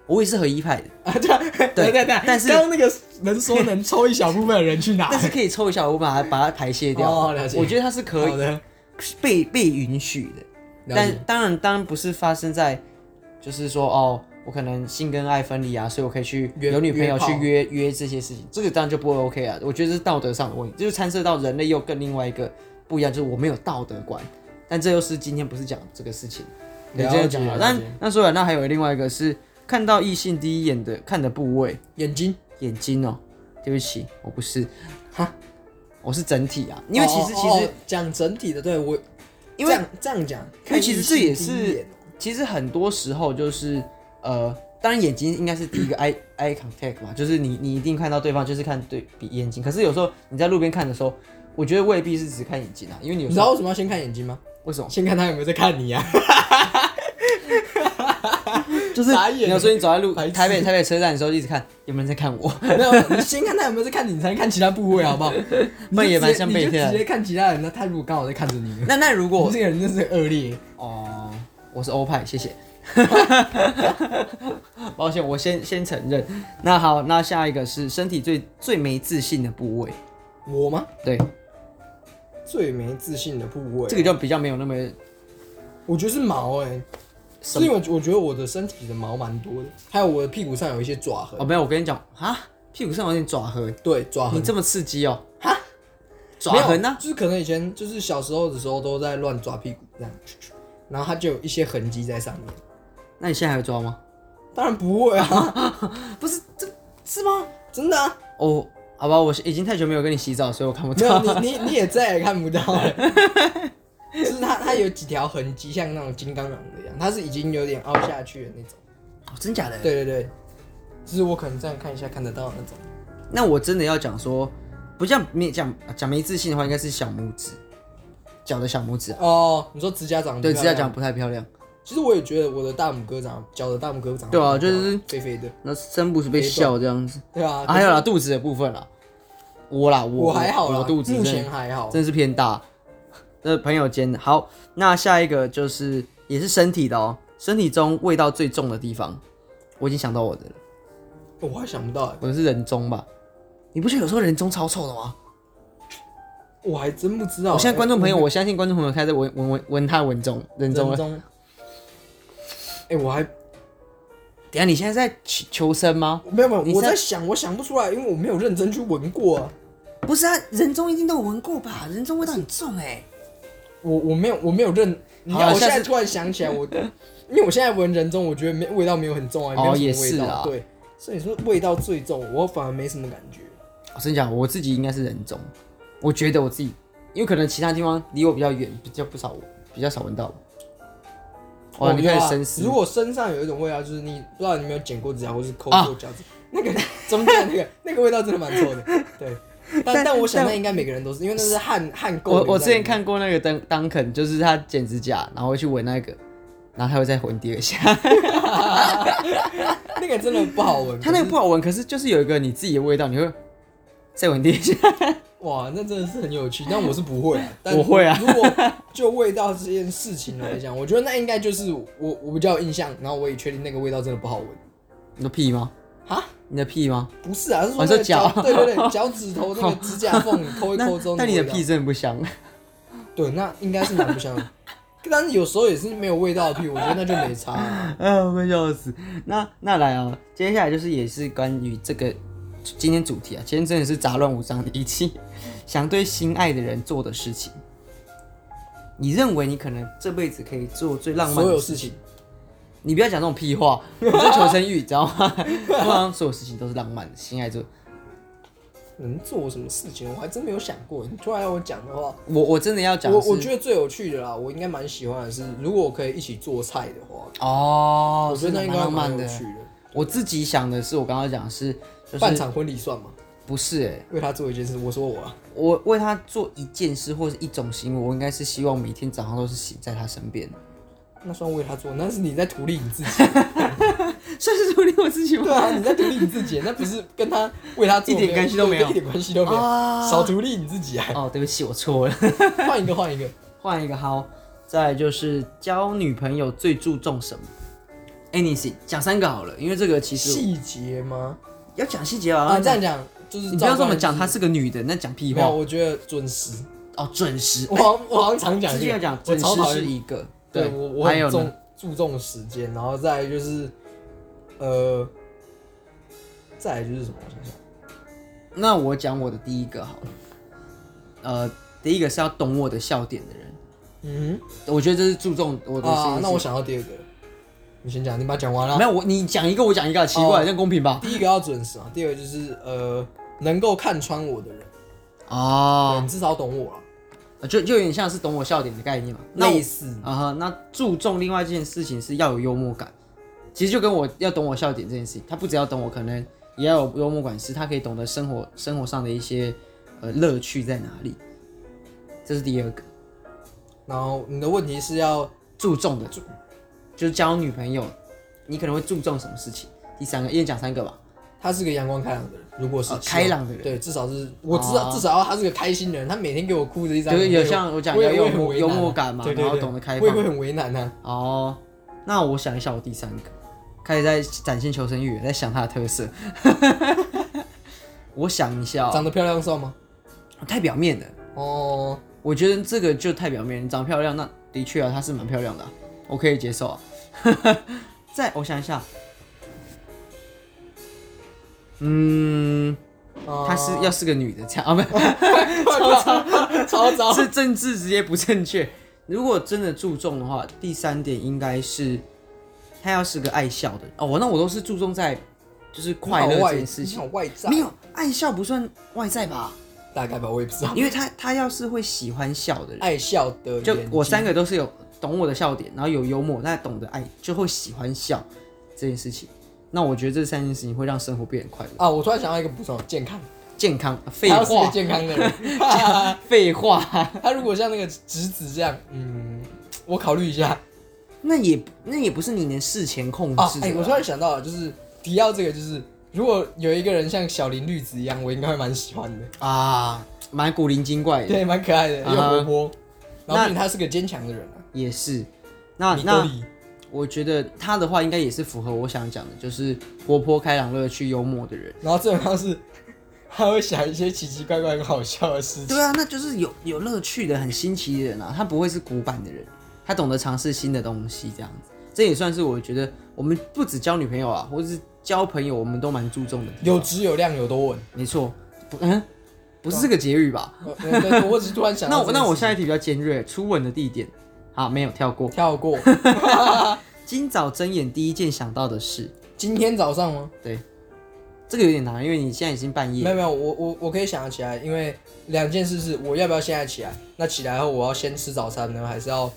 Speaker 1: 我也是合一派的，
Speaker 2: 啊，对啊对对对，
Speaker 1: 但是
Speaker 2: 刚刚那个能说能抽一小部分的人 去哪？
Speaker 1: 但是可以抽一下，我把它把它排泄掉。
Speaker 2: 哦了解
Speaker 1: 我觉得它是可
Speaker 2: 好
Speaker 1: 以
Speaker 2: 的，
Speaker 1: 被被允许的，
Speaker 2: 但
Speaker 1: 但当然当然不是发生在，就是说哦，我可能性跟爱分离啊，所以我可以去
Speaker 2: 约
Speaker 1: 有女朋友
Speaker 2: 约炮
Speaker 1: 去约约这些事情，这个当然就不 OK 啊。我觉得这是道德上的问题，就是参涉到人类又更另外一个不一样，就是我没有道德观。但这又是今天不是讲这个事情，你
Speaker 2: 了
Speaker 1: 这
Speaker 2: 解
Speaker 1: 样讲了。
Speaker 2: 了解
Speaker 1: 但那说完，那还有另外一个是看到异性第一眼的看的部位，
Speaker 2: 眼睛
Speaker 1: 眼睛哦、对不起，我不是，
Speaker 2: 哈，
Speaker 1: 我是整体啊，因为其实
Speaker 2: 哦
Speaker 1: 其
Speaker 2: 哦
Speaker 1: 实
Speaker 2: 哦讲整体的，对我
Speaker 1: 因为
Speaker 2: 这样这样讲，
Speaker 1: 因为其实这也是
Speaker 2: 看异性第一眼哦
Speaker 1: 其实很多时候就是呃，当然眼睛应该是第一个 eye eye contact 嘛，就是你你一定看到对方就是看对比眼睛，可是有时候你在路边看的时候，我觉得未必是只看眼睛啊，因为你有
Speaker 2: 你
Speaker 1: 时
Speaker 2: 知
Speaker 1: 候
Speaker 2: 道为什么要先看眼睛吗？
Speaker 1: 为什么
Speaker 2: 先看他有没有在看你啊。
Speaker 1: 就是
Speaker 2: 傻
Speaker 1: 你
Speaker 2: 眼
Speaker 1: 有时候你走在路
Speaker 2: 白痴
Speaker 1: 台北台北车站的时候一直看有没有人在看我，
Speaker 2: 没有，你先看他有没有在看你，你才能看其他部 位，好不好？
Speaker 1: 那也蛮像
Speaker 2: 你
Speaker 1: 被
Speaker 2: 就直接
Speaker 1: 骗
Speaker 2: 你就直接看其他人，那他如果刚好在看着你呢，
Speaker 1: 那那如果
Speaker 2: 这个人真是恶劣。
Speaker 1: 哦，我是欧派，谢 谢。抱歉，我先先承认。那好，那下一个是身体最最没自信的部位，
Speaker 2: 我吗？
Speaker 1: 对，
Speaker 2: 最没自信的部位，
Speaker 1: 这个就比较没有那么
Speaker 2: 我觉得是毛哎、是因为我觉得我的身体的毛蛮多的，还有我的屁股上有一些爪痕。
Speaker 1: 哦，没有，我跟你讲啊，屁股上有点爪痕，
Speaker 2: 对，爪
Speaker 1: 你
Speaker 2: 痕。
Speaker 1: 这么刺激哦，哈，爪
Speaker 2: 没有
Speaker 1: 痕呢、
Speaker 2: 就是可能以前就是小时候的时候都在乱抓屁股这样，然后它就有一些痕迹在上面。
Speaker 1: 那你现在还有抓吗？
Speaker 2: 当然不会啊，
Speaker 1: 不是，这是吗？
Speaker 2: 真的啊、
Speaker 1: 哦，好吧，我是已经太久没有跟你洗澡，所以我看不
Speaker 2: 没
Speaker 1: 到。
Speaker 2: 有你，你你也再也看不到 了。就是它，它有几条痕迹，像那种金刚狼一样，它是已经有点凹下去的那种。
Speaker 1: 哦，真假的？
Speaker 2: 对对对，就是我可能这样看一下看得到的那种。
Speaker 1: 那我真的要讲说，不像没讲讲没自信的话，应该是小拇指，脚的小拇指啊。
Speaker 2: 哦，你说指甲长得
Speaker 1: 对，
Speaker 2: 不
Speaker 1: 指
Speaker 2: 漂
Speaker 1: 甲
Speaker 2: 亮
Speaker 1: 讲，不太漂亮，
Speaker 2: 其实我也觉得我的大拇哥长，脚的大拇哥长得
Speaker 1: 对啊
Speaker 2: 不漂亮
Speaker 1: 就是
Speaker 2: 肥肥的，
Speaker 1: 那三步是被笑这样子。
Speaker 2: 对啊。
Speaker 1: 啊还有啦，肚子的部分啦，我啦，我
Speaker 2: 我还好啦，
Speaker 1: 我肚子
Speaker 2: 目
Speaker 1: 真的
Speaker 2: 前还好。
Speaker 1: 真是偏大。这朋友间的好，那下一个就是也是身体的哦，身体中味道最重的地方，我已经想到我的了，
Speaker 2: 我还想不到欸，
Speaker 1: 我的是人中吧？你不觉得有时候人中超臭的吗？
Speaker 2: 我还真不知道欸。
Speaker 1: 我现在观众朋友，啊
Speaker 2: 我
Speaker 1: 哦我相信观众朋友开始闻闻闻闻他的闻中人中了。
Speaker 2: 中，哎，我还
Speaker 1: 等一下你现在在求求生吗？
Speaker 2: 没有没
Speaker 1: 你
Speaker 2: 有，
Speaker 1: 是
Speaker 2: 我在想，我想不出来，因为我没有认真去闻过啊。
Speaker 1: 不是啊，人中一定都有闻过吧？人中味道很重哎、
Speaker 2: 我我没有我没有认，你
Speaker 1: 好
Speaker 2: 看
Speaker 1: 啊
Speaker 2: 我现
Speaker 1: 下
Speaker 2: 在
Speaker 1: 次
Speaker 2: 突然想起来，我 因为我现在闻人中，我觉得没味道没有很重啊，
Speaker 1: 哦
Speaker 2: 没
Speaker 1: 也
Speaker 2: 有什么味
Speaker 1: 是啊
Speaker 2: 道，对，所以说味道最重，我反而没什么感觉。
Speaker 1: 我跟你讲，我自己应该是人中，我觉得我自己，因为可能其他地方离我比较远，比较不少，比较少闻到。哦哇，你
Speaker 2: 有
Speaker 1: 开
Speaker 2: 啊
Speaker 1: 始深思
Speaker 2: 如。果身上有一种味道，就是你不知道你有没有剪过指甲或是抠
Speaker 1: 啊
Speaker 2: 过脚趾， 那个中间那个那个味道真的蛮臭 的，对。但但我想那应该每个人都是，因为那是汗汗垢。
Speaker 1: 我我之前，看过那个登当肯，就是他剪指甲，然后会去闻那个，然后他会再闻第二下。
Speaker 2: 那个真的不好闻。
Speaker 1: 他那个
Speaker 2: 可是
Speaker 1: 不好闻，可是就是有一个你自己的味道，你会 再闻第二下。
Speaker 2: 哇，那真的是很有趣，但我是 不会啊。但
Speaker 1: 我会啊
Speaker 2: 如果就味道这件事情来讲，我觉得那应该就是我我比较有印象，然后我也确定那个味道真的不好闻。
Speaker 1: 你的屁吗？
Speaker 2: 啊，
Speaker 1: 你的屁吗？
Speaker 2: 不是啊，是说
Speaker 1: 哦
Speaker 2: 那
Speaker 1: 你说
Speaker 2: 个脚，
Speaker 1: 脚
Speaker 2: 对对 对，脚趾头那个指甲缝你抠一
Speaker 1: 那
Speaker 2: 抠之后，
Speaker 1: 但你的
Speaker 2: 味道
Speaker 1: 屁真的不香。
Speaker 2: 对，那应该是蛮不香的。但是有时候也是没有味道的屁，我觉得那就 没差、啊。
Speaker 1: 啊，我快笑死。那那来哦，接下来就是也是关于这个今天主题啊，今天真的是杂乱无章的一期，想对心爱的人做的事情。你认为你可能这辈子可以做最浪漫
Speaker 2: 所
Speaker 1: 的
Speaker 2: 有
Speaker 1: 事
Speaker 2: 事
Speaker 1: 情？
Speaker 2: 情，
Speaker 1: 你不要讲这种屁话， 你是求生欲，你知道吗？ 通常所有事情都是浪漫的，心爱做。
Speaker 2: 能做什么事情，我还真没有想过。你突然让我讲的话，
Speaker 1: 我我真的要讲
Speaker 2: 我
Speaker 1: 的是，
Speaker 2: 我觉得最有趣的啦，我应该蛮喜欢的是，如果我可以一起做菜的话，
Speaker 1: 哦，
Speaker 2: 我觉得那
Speaker 1: 是
Speaker 2: 应
Speaker 1: 蛮
Speaker 2: 该
Speaker 1: 浪
Speaker 2: 蛮
Speaker 1: 漫
Speaker 2: 有
Speaker 1: 的。
Speaker 2: 趣的。
Speaker 1: 我自己想的是，我刚刚讲的是，就
Speaker 2: 办
Speaker 1: 是
Speaker 2: 场婚礼算吗？
Speaker 1: 不是哎、
Speaker 2: 为他做一件事，我说我啊，
Speaker 1: 我为他做一件事或是一种行为，我应该是希望每天早上都是醒在他身边，
Speaker 2: 那算为他做，那是你在图利你自己。
Speaker 1: 算 是独立我自己
Speaker 2: 对
Speaker 1: 吗？
Speaker 2: 啊，你在图利你自己，那不是跟他为他做
Speaker 1: 一点关系都没有
Speaker 2: 对一点关系都没有，
Speaker 1: 啊
Speaker 2: 少图利你自己啊！
Speaker 1: 哦，对不起，我错了。
Speaker 2: 换一个，换一个。
Speaker 1: 换一个好，再来就是交女朋友最注重什么？anything，讲三个好了，因为这个其实
Speaker 2: 细节吗？
Speaker 1: 要讲细节啊。
Speaker 2: 啊，这样讲就是
Speaker 1: 你不要这
Speaker 2: 照
Speaker 1: 么
Speaker 2: 惯
Speaker 1: 讲，
Speaker 2: 例
Speaker 1: 她是个女的，那讲屁
Speaker 2: 没有，
Speaker 1: 话
Speaker 2: 我觉得准 时。
Speaker 1: 哦。准时，
Speaker 2: 我好像我好像常讲
Speaker 1: 之
Speaker 2: 这
Speaker 1: 前有
Speaker 2: 个，
Speaker 1: 讲
Speaker 2: 我
Speaker 1: 准
Speaker 2: 超
Speaker 1: 时
Speaker 2: 讨
Speaker 1: 是
Speaker 2: 厌。
Speaker 1: 一个，
Speaker 2: 对我我
Speaker 1: 还有
Speaker 2: 很
Speaker 1: 呢
Speaker 2: 重，注重时间，然后再来就是，呃，再来就是什么？我想想，
Speaker 1: 那我讲我的第一个好了，呃，第一个是要懂我的笑点的人，
Speaker 2: 嗯
Speaker 1: 我觉得这是注重我的
Speaker 2: 哼，
Speaker 1: 事
Speaker 2: 啊
Speaker 1: 情，。
Speaker 2: 那我想到第二个，你先讲，你把它讲完了
Speaker 1: 没。有我，你讲一个，我讲一个，奇怪，
Speaker 2: 哦
Speaker 1: 这样公平吧？
Speaker 2: 第一个要准时啊，第二个就是呃，能够看穿我的人。对
Speaker 1: 哦，
Speaker 2: 你至少懂我了，
Speaker 1: 就就有点像是懂我笑点的概念嘛。那我
Speaker 2: 类似
Speaker 1: 啊哈，那注重另外一件事情是要有幽默感，其实就跟我要懂我笑点这件事情，他不只要懂我，可能也要有幽默感，是他可以懂得生活生活上的一些呃乐趣在哪里。这是第二个，
Speaker 2: 然后你的问题是要
Speaker 1: 注重的注，就是交女朋友，你可能会注重什么事情？第三个，一人讲三个吧。
Speaker 2: 他是个阳光开朗的人，如果是
Speaker 1: 哦
Speaker 2: 希望
Speaker 1: 开朗的人
Speaker 2: 对，至少是我知道，
Speaker 1: 哦
Speaker 2: 至少要他是个开心的人，他每天给我哭的一张
Speaker 1: 就是
Speaker 2: 脸，
Speaker 1: 有
Speaker 2: 我也
Speaker 1: 像我讲
Speaker 2: 我也
Speaker 1: 要幽
Speaker 2: 我也很
Speaker 1: 默
Speaker 2: 为难啊
Speaker 1: 幽默感嘛
Speaker 2: 对对
Speaker 1: 然后
Speaker 2: 对
Speaker 1: 懂得开
Speaker 2: 我也
Speaker 1: 放
Speaker 2: 会很为难啊。
Speaker 1: 哦，那我想一下，我第三个开始在展现求生欲，在想它的特色。我想一下、
Speaker 2: 长
Speaker 1: 哦，
Speaker 2: 得漂亮算吗？
Speaker 1: 太表面了，
Speaker 2: 哦，
Speaker 1: 我觉得这个就太表面。你长得漂亮，那的确啊，她是蛮漂亮的啊、我可以接受啊。 再我想一下，嗯，
Speaker 2: 呃
Speaker 1: 她是要是个女的这样啊，不是。
Speaker 2: 超糟， 超糟。
Speaker 1: 是政治直接不正确。如果真的注重的话，第三点应该是他要是个爱笑的人哦。那我都是注重在就是快乐
Speaker 2: 你好外
Speaker 1: 这件事情
Speaker 2: 你，好外在，
Speaker 1: 没有爱笑不算外在吧？
Speaker 2: 大概吧，我也不知道。
Speaker 1: 因为他他要是会喜欢笑的人，
Speaker 2: 爱笑的
Speaker 1: 就
Speaker 2: 眼
Speaker 1: 我
Speaker 2: 睛
Speaker 1: 三个都是有懂我的笑点，然后有幽默，那懂得爱就会喜欢笑这件事情。那我觉得这三件事情会让生活变得快乐、
Speaker 2: 啊，我突然想到一个补充，健康，
Speaker 1: 健康。废
Speaker 2: 他要是个
Speaker 1: 话，
Speaker 2: 健康的人， 哈哈
Speaker 1: 废话，
Speaker 2: 他如果像那个直子这样，嗯，我考虑一下。
Speaker 1: 那也那也不是你能事前控
Speaker 2: 啊
Speaker 1: 制，的
Speaker 2: 哎、
Speaker 1: 啊、
Speaker 2: 我突然想到了，就是提到这个，就是如果有一个人像小林绿子一样，我应该会蛮喜欢的，
Speaker 1: 啊，蛮古灵精怪的，
Speaker 2: 对，蛮可爱的，又
Speaker 1: 啊
Speaker 2: 活泼，然后
Speaker 1: 那
Speaker 2: 并且他是个坚强的人啊。
Speaker 1: 也是。那
Speaker 2: 米多
Speaker 1: 那
Speaker 2: 里
Speaker 1: 我觉得他的话应该也是符合我想讲的，就是活泼、开朗、乐趣、幽默的人。
Speaker 2: 然后最重要是， 他会想一些奇奇怪怪、很好笑的事情。
Speaker 1: 对啊，那就是有有乐趣的、很新奇的人啊，他不会是古板的人，他懂得尝试新的东西，这样子。这也算是我觉得我们不止交女朋友啊，或者是交朋友，我们都蛮注重的地方。
Speaker 2: 有质有量 有多稳，
Speaker 1: 没错，不嗯，不是这个结语吧？
Speaker 2: 我我对啊我只是突然想
Speaker 1: 那
Speaker 2: 到
Speaker 1: 我
Speaker 2: 这件事情。
Speaker 1: 那我下一题比较尖锐，初吻的地点好，没有跳过。
Speaker 2: 跳过。
Speaker 1: 今早睁眼第一件想到的事，
Speaker 2: 今天早上吗？
Speaker 1: 这个有点难，因为你现在已经半夜
Speaker 2: 没有没有，我我我可以想得起来，因为两件事是我要不要现在起来？那起来后我要先吃早餐呢，还是要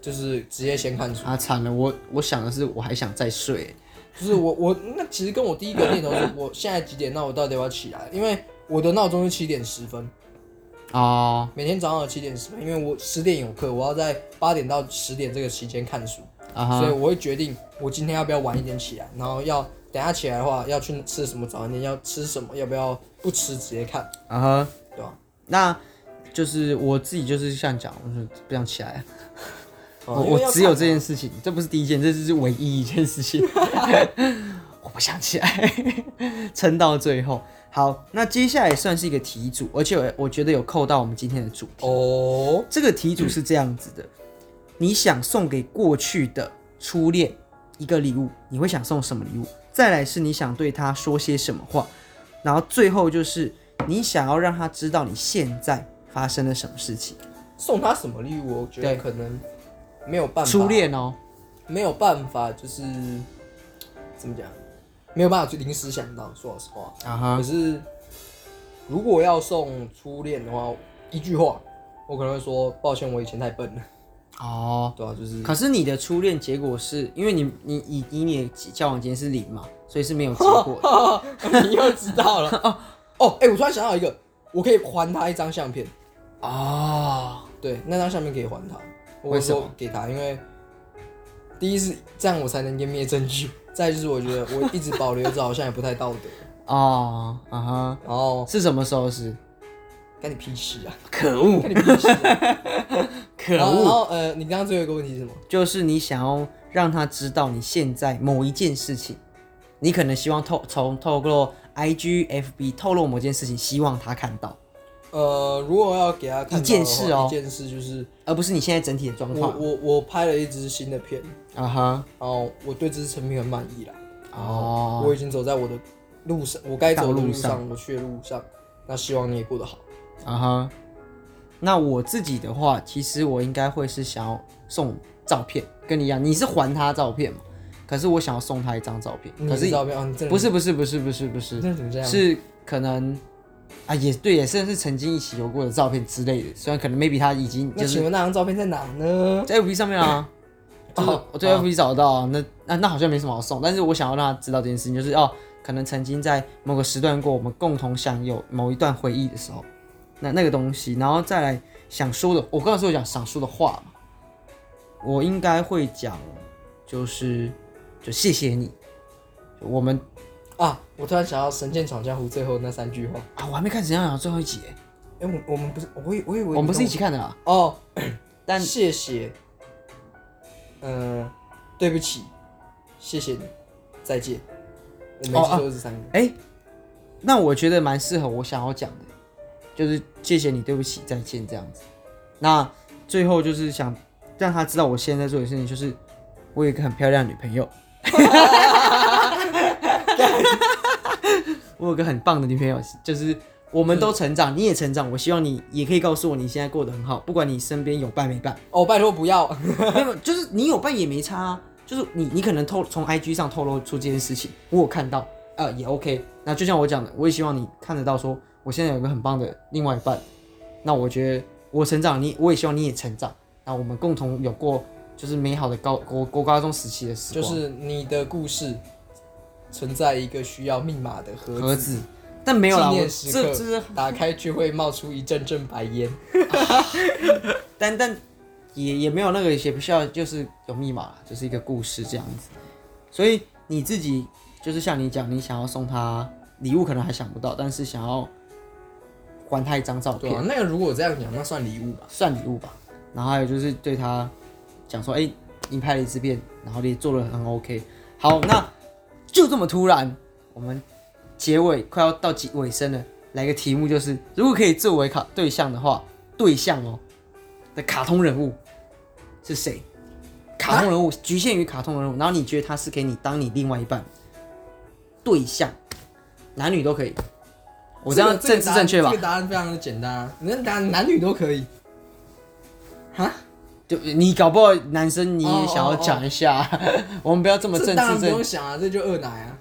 Speaker 2: 就是直接先看书？
Speaker 1: 啊，惨了！我我想的是，我还想再睡。
Speaker 2: 就是我我那其实跟我第一个念头是，我现在几点？那我到底要不要起来？因为我的闹钟是七点十分，
Speaker 1: 哦
Speaker 2: 每天早上的七点十分，因为我十点有课，我要在八点到十点这个期间看书，
Speaker 1: 啊
Speaker 2: 所以
Speaker 1: 哈，
Speaker 2: 我会决定我今天要不要晚一点起来，然后要等下起来的话要去吃什么早餐店，要吃什么，要不要不吃直接看，
Speaker 1: 啊哈，
Speaker 2: 对吧？
Speaker 1: 那就是我自己就是像讲，我就不想起来啊。我
Speaker 2: 哦因为
Speaker 1: 我
Speaker 2: 要
Speaker 1: 哦只有
Speaker 2: 看啊
Speaker 1: 这件事情，这不是第一件，这是唯一一件事情。 我不想起来，撑到最后。好，那接下来算是一个题组，而且我我觉得有扣到我们今天的主题。
Speaker 2: 哦，
Speaker 1: 这个题组是这样子的：你想送给过去的初恋一个礼物，你会想送什么礼物？再来是你想对他说些什么话，然后最后就是你想要让他知道你现在发生了什么事情。
Speaker 2: 送他什么礼物？我觉得
Speaker 1: 对
Speaker 2: 可能没有办法，
Speaker 1: 初恋哦，
Speaker 2: 没有办法，就是怎么讲，没有办法去临时想到。说老实话，
Speaker 1: 啊
Speaker 2: 可，是如果要送初恋的话，一句话，我可能会说抱歉，我以前太笨了，
Speaker 1: 哦。
Speaker 2: 对吧、啊就是
Speaker 1: 可是你的初恋结果是因为你你以以你的交往经验是零嘛，所以是没有结果的
Speaker 2: 你又知道了 哦哦，哎、我突然想到一个，我可以还他一张相片，
Speaker 1: 哦。
Speaker 2: 对，那张相片可以还他，我
Speaker 1: 为
Speaker 2: 会
Speaker 1: 什么
Speaker 2: 说给他，因为第一是这样我才能湮灭证据，再就是我觉得我一直保留着好像也不太道德。
Speaker 1: 哦，啊哈，
Speaker 2: 然后
Speaker 1: 是什么时候是？
Speaker 2: 干你屁事啊！
Speaker 1: 可恶，
Speaker 2: 干你屁事、啊！
Speaker 1: 可
Speaker 2: 然后
Speaker 1: 恶
Speaker 2: 然！后呃，你刚刚最后一个问题是什么？
Speaker 1: 就是你想要让他知道你现在某一件事情，你可能希望透从透过 I G F B 透露某件事情，希望他看到，
Speaker 2: 呃，如果要给他看到的话
Speaker 1: 一件事哦
Speaker 2: 一件事就是
Speaker 1: 而不是你现在整体的状
Speaker 2: 我
Speaker 1: 况。
Speaker 2: 我我拍了一支新的片，
Speaker 1: 啊哈，
Speaker 2: 然后我对这支成品很满意啦。
Speaker 1: 哦
Speaker 2: 我已经走在我的路上，我该走的
Speaker 1: 道
Speaker 2: 路
Speaker 1: 路上
Speaker 2: 上，我去的路上。那希望你也过得好。
Speaker 1: 啊哈。那我自己的话，其实我应该会是想要送照片，跟你一样，你是还他照片嘛？可是我想要送他一张照片，
Speaker 2: 你
Speaker 1: 可
Speaker 2: 的
Speaker 1: 是
Speaker 2: 照片啊，你真的
Speaker 1: 不是不是不是不是不是
Speaker 2: 你真的怎么这样？
Speaker 1: 是可能啊，也对，也甚至曾经一起有过的照片之类的。虽然可能 maybe 他已经
Speaker 2: 那
Speaker 1: 就
Speaker 2: 请
Speaker 1: 是
Speaker 2: 问那张照片在哪呢？
Speaker 1: 在 FB 上面 啊，就是
Speaker 2: 哦
Speaker 1: 我对
Speaker 2: 哦
Speaker 1: FB 找得到啊，那那那好像没什么好送，但是我想要让他知道这件事情，就是哦，可能曾经在某个时段过，我们共同享有某一段回忆的时候，那那个东西，然后再来想说的，我刚才说我讲想说的话嘛，我应该会讲，就是就谢谢你，我们
Speaker 2: 啊，我突然想到《神剑闯江湖》最后那三句话。
Speaker 1: 啊，我还没看《怎样讲最后一集耶，
Speaker 2: 哎、我我们不是，我以我以为
Speaker 1: 我
Speaker 2: 你
Speaker 1: 们不是一
Speaker 2: 跟
Speaker 1: 起看的啊啦，
Speaker 2: 我哦，
Speaker 1: 但
Speaker 2: 谢谢，嗯、对不起，谢谢你，再见。我没
Speaker 1: 哦啊
Speaker 2: 记错是三个。
Speaker 1: 哎、那我觉得蛮适合我想要讲的，就是谢谢你，对不起，再见这样子。那最后就是想让他知道我现在在做的事情，就是我有一个很漂亮的女朋友，我有个很棒的女朋友，就是我们都成长，你也成长，我希望你也可以告诉我你现在过得很好，不管你身边有伴没伴，
Speaker 2: 哦，拜托不要。
Speaker 1: 没有，就是你有办也没差、啊，就是你你可能透从 IG 上透露出这件事情，我有看到，呃，也 OK。那就像我讲的，我也希望你看得到说我现在有一个很棒的另外一半，那我觉得我成长，你我也希望你也成长，那我们共同有过就是美好的高国国高中时期的 时
Speaker 2: 就
Speaker 1: 光，
Speaker 2: 是你的故事存在一个需要密码的盒子，
Speaker 1: 盒子。但没有啦，
Speaker 2: 纪
Speaker 1: 我
Speaker 2: 念时刻
Speaker 1: 这这是
Speaker 2: 打开却会冒出一阵阵白烟。
Speaker 1: 但 但也也没有那个也不需要，就是有密码啦，就是一个故事这样子。所以你自己就是像你讲，你想要送他礼物，可能还想不到，但是想要还他一张照
Speaker 2: 对
Speaker 1: 片，
Speaker 2: 啊，那个如果这样讲，那算礼物吧？
Speaker 1: 算礼物吧。然后还有就是对他讲说，哎、你拍了一支片，然后你做的很 OK。好，那就这么突然，我们结尾快要到结尾声了，来个题目就是，如果可以作为卡对象的话，对象哦的卡通人物是谁？卡通人物局限于卡通人物，然后你觉得他是给你当你另外一半对象，男女都可以。我这样
Speaker 2: 个
Speaker 1: 政治正确吧
Speaker 2: 这个？答案这个答案非常的简单啊，那答案男女都可以。哈，
Speaker 1: 就你搞不好男生你也
Speaker 2: 哦
Speaker 1: 想要讲一下， 我们不哦要这么
Speaker 2: 这
Speaker 1: 政
Speaker 2: 当
Speaker 1: 治
Speaker 2: 然不
Speaker 1: 正
Speaker 2: 用想啊，这就二奶啊。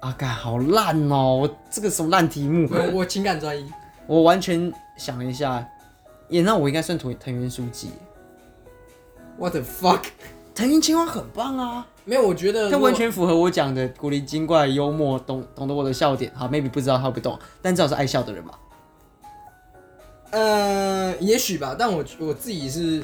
Speaker 1: 啊！干好烂哦、我这个什么烂题目？
Speaker 2: 我我情感专一，
Speaker 1: 我完全想了一下，也那我应该算藤藤原书记，
Speaker 2: What the fuck？
Speaker 1: 藤原青花很棒啊，
Speaker 2: 没有，我觉得
Speaker 1: 他
Speaker 2: 如果
Speaker 1: 完全符合我讲的古灵精怪、幽默，懂懂得我的笑点。好，maybe 不知道他不懂，但至少是爱笑的人吧。
Speaker 2: 呃，也许吧，但我我自己是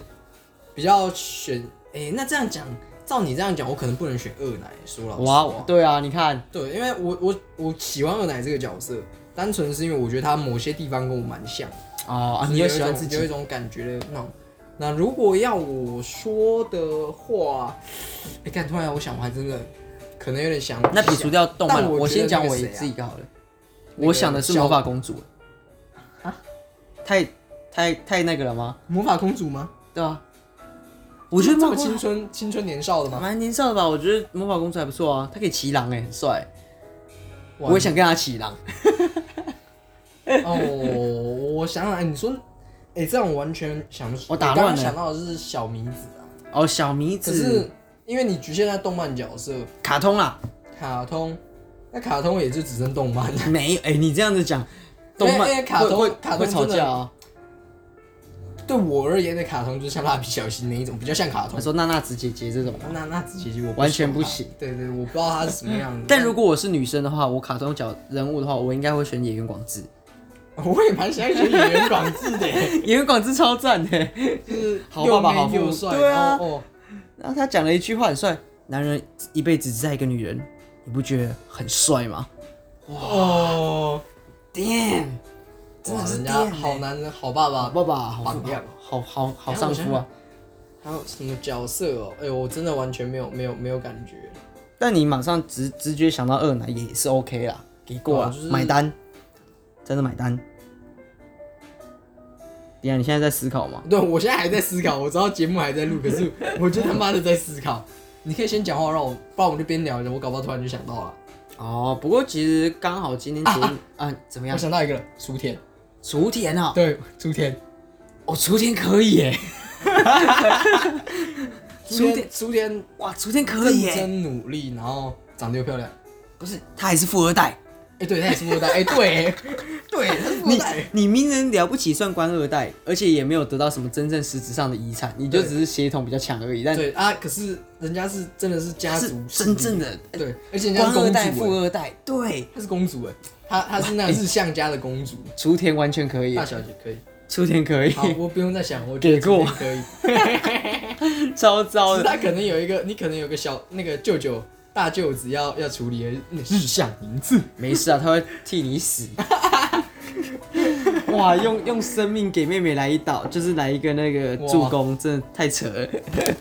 Speaker 2: 比较选，哎、那这样讲，照你这样讲，我可能不能选二奶，说老实
Speaker 1: 哇，
Speaker 2: 话，
Speaker 1: 我对啊，你看，
Speaker 2: 对，因为我我我喜欢二奶这个角色，单纯是因为我觉得他某些地方跟我蛮像，
Speaker 1: 哦，啊
Speaker 2: 就是
Speaker 1: 你又
Speaker 2: 有一
Speaker 1: 喜欢
Speaker 2: 种
Speaker 1: 自
Speaker 2: 有一
Speaker 1: 己，
Speaker 2: 种感觉的那种。那如果要我说的话，哎、看突然我想，我还真的可能有点想，
Speaker 1: 那撇除掉动漫了，
Speaker 2: 但我
Speaker 1: 我
Speaker 2: 觉得
Speaker 1: 先讲
Speaker 2: 那
Speaker 1: 我
Speaker 2: 个谁啊
Speaker 1: 自己一个好了。
Speaker 2: 那个
Speaker 1: 我想的是
Speaker 2: 小
Speaker 1: 魔法公主
Speaker 2: 啊，
Speaker 1: 太太太那个了吗？
Speaker 2: 魔法公主吗？
Speaker 1: 对啊，我觉得
Speaker 2: 这
Speaker 1: 魔法
Speaker 2: 么
Speaker 1: 公
Speaker 2: 青
Speaker 1: 主
Speaker 2: 春青春年少 的吗？
Speaker 1: 蛮年少的吧，我觉得魔法公主还不错啊，她可以骑狼哎、很帅，
Speaker 2: 哇
Speaker 1: 我也想跟她骑狼。
Speaker 2: 哦，我想想，哎、你说，哎、这样我完全想不起。
Speaker 1: 我打乱了
Speaker 2: 刚刚想到的是小明子啊，
Speaker 1: 哦，小迷
Speaker 2: 可
Speaker 1: 子，
Speaker 2: 是因为你局限在动漫角色、
Speaker 1: 卡通啦，
Speaker 2: 卡通，那卡通也就只剩动漫。
Speaker 1: 没哎、你这样子讲，动漫
Speaker 2: 因为卡通
Speaker 1: 会
Speaker 2: 卡
Speaker 1: 会会
Speaker 2: 通
Speaker 1: 吵
Speaker 2: 真的
Speaker 1: 架啊。
Speaker 2: 对我而言的卡通，就是像蜡笔小新那一种，比较像卡
Speaker 1: 他
Speaker 2: 通。
Speaker 1: 说娜娜子姐姐这种，
Speaker 2: 那那直接就我
Speaker 1: 完全
Speaker 2: 熟
Speaker 1: 不啊
Speaker 2: 它
Speaker 1: 行。。
Speaker 2: 对对，我不知道它是什么样的
Speaker 1: 但如果我是女生的话，我卡通角人物的话，我应该会选野原广志，
Speaker 2: 我也蛮想学演员广志的，
Speaker 1: 野原广志超赞的、
Speaker 2: 就是
Speaker 1: 好
Speaker 2: 又
Speaker 1: 爸爸好
Speaker 2: 美
Speaker 1: 父
Speaker 2: 又
Speaker 1: 母
Speaker 2: 帅。
Speaker 1: 对啊
Speaker 2: 哦哦
Speaker 1: 然后他讲了一句话很帅：男人一辈子只爱一个女人，你不觉得很帅吗
Speaker 2: 哦，
Speaker 1: ？Damn，真的
Speaker 2: 哇，
Speaker 1: 是
Speaker 2: 人
Speaker 1: damn，
Speaker 2: 家
Speaker 1: 欸
Speaker 2: 好男人，好爸
Speaker 1: 好
Speaker 2: 爸，
Speaker 1: 啊爸爸，好
Speaker 2: 榜样
Speaker 1: 好好好好丈夫啊！
Speaker 2: 还有什么角色哦？哎、呦，我真的完全没有没有没有感觉。
Speaker 1: 但你马上直直觉想到二奶也是 OK 啦，给过了、
Speaker 2: 对啊就是
Speaker 1: 买单，真的买单。等一下，你现在在思考吗？
Speaker 2: 对，我现在还在思考，我知道节目还在录，可 是我就他妈的在思考。你可以先讲话，让我，不然我就边聊着，我搞不好突然就想到了。
Speaker 1: 哦，不过其实刚好今天节目啊怎么
Speaker 2: 我
Speaker 1: 样？
Speaker 2: 想到一个人，雏田。
Speaker 1: 雏田啊，
Speaker 2: 对，雏田。
Speaker 1: 哦，雏田可以耶，雏
Speaker 2: 雏
Speaker 1: 田
Speaker 2: 田，雏田
Speaker 1: 哇，雏田可以耶，
Speaker 2: 认真努力，然后长得又漂亮。
Speaker 1: 不是，他还是富二代，
Speaker 2: 哎，对，他也是富二代，哎，对， 哎对，他是富二
Speaker 1: 你
Speaker 2: 代，
Speaker 1: 你名人了不起，算官二代，而且也没有得到什么真正实质上的遗产，你就
Speaker 2: 对
Speaker 1: 只是血统比较强而已。但
Speaker 2: 对啊，可是人家是真的是家
Speaker 1: 是
Speaker 2: 族
Speaker 1: 真正的
Speaker 2: 势力对，而且人家
Speaker 1: 官
Speaker 2: 是公
Speaker 1: 二
Speaker 2: 主
Speaker 1: 代、
Speaker 2: 哎，
Speaker 1: 富二代，对，
Speaker 2: 她是公主哎，她她是那个日向家的 公主，
Speaker 1: 雏田完全可以
Speaker 2: 大，小姐 可以，
Speaker 1: 雏田可以
Speaker 2: 好，，我不用再想，我觉得
Speaker 1: 给过哦
Speaker 2: 这边可 以。
Speaker 1: 超糟
Speaker 2: 只是
Speaker 1: 的。
Speaker 2: 他可能有一个，你可能有个小那个舅舅、大舅子要要处理那日向银次，
Speaker 1: 没事啊，他会替你 死。哇，用用生命给妹妹来一刀，就是来一个那个
Speaker 2: 哇
Speaker 1: 助攻，真的太扯了。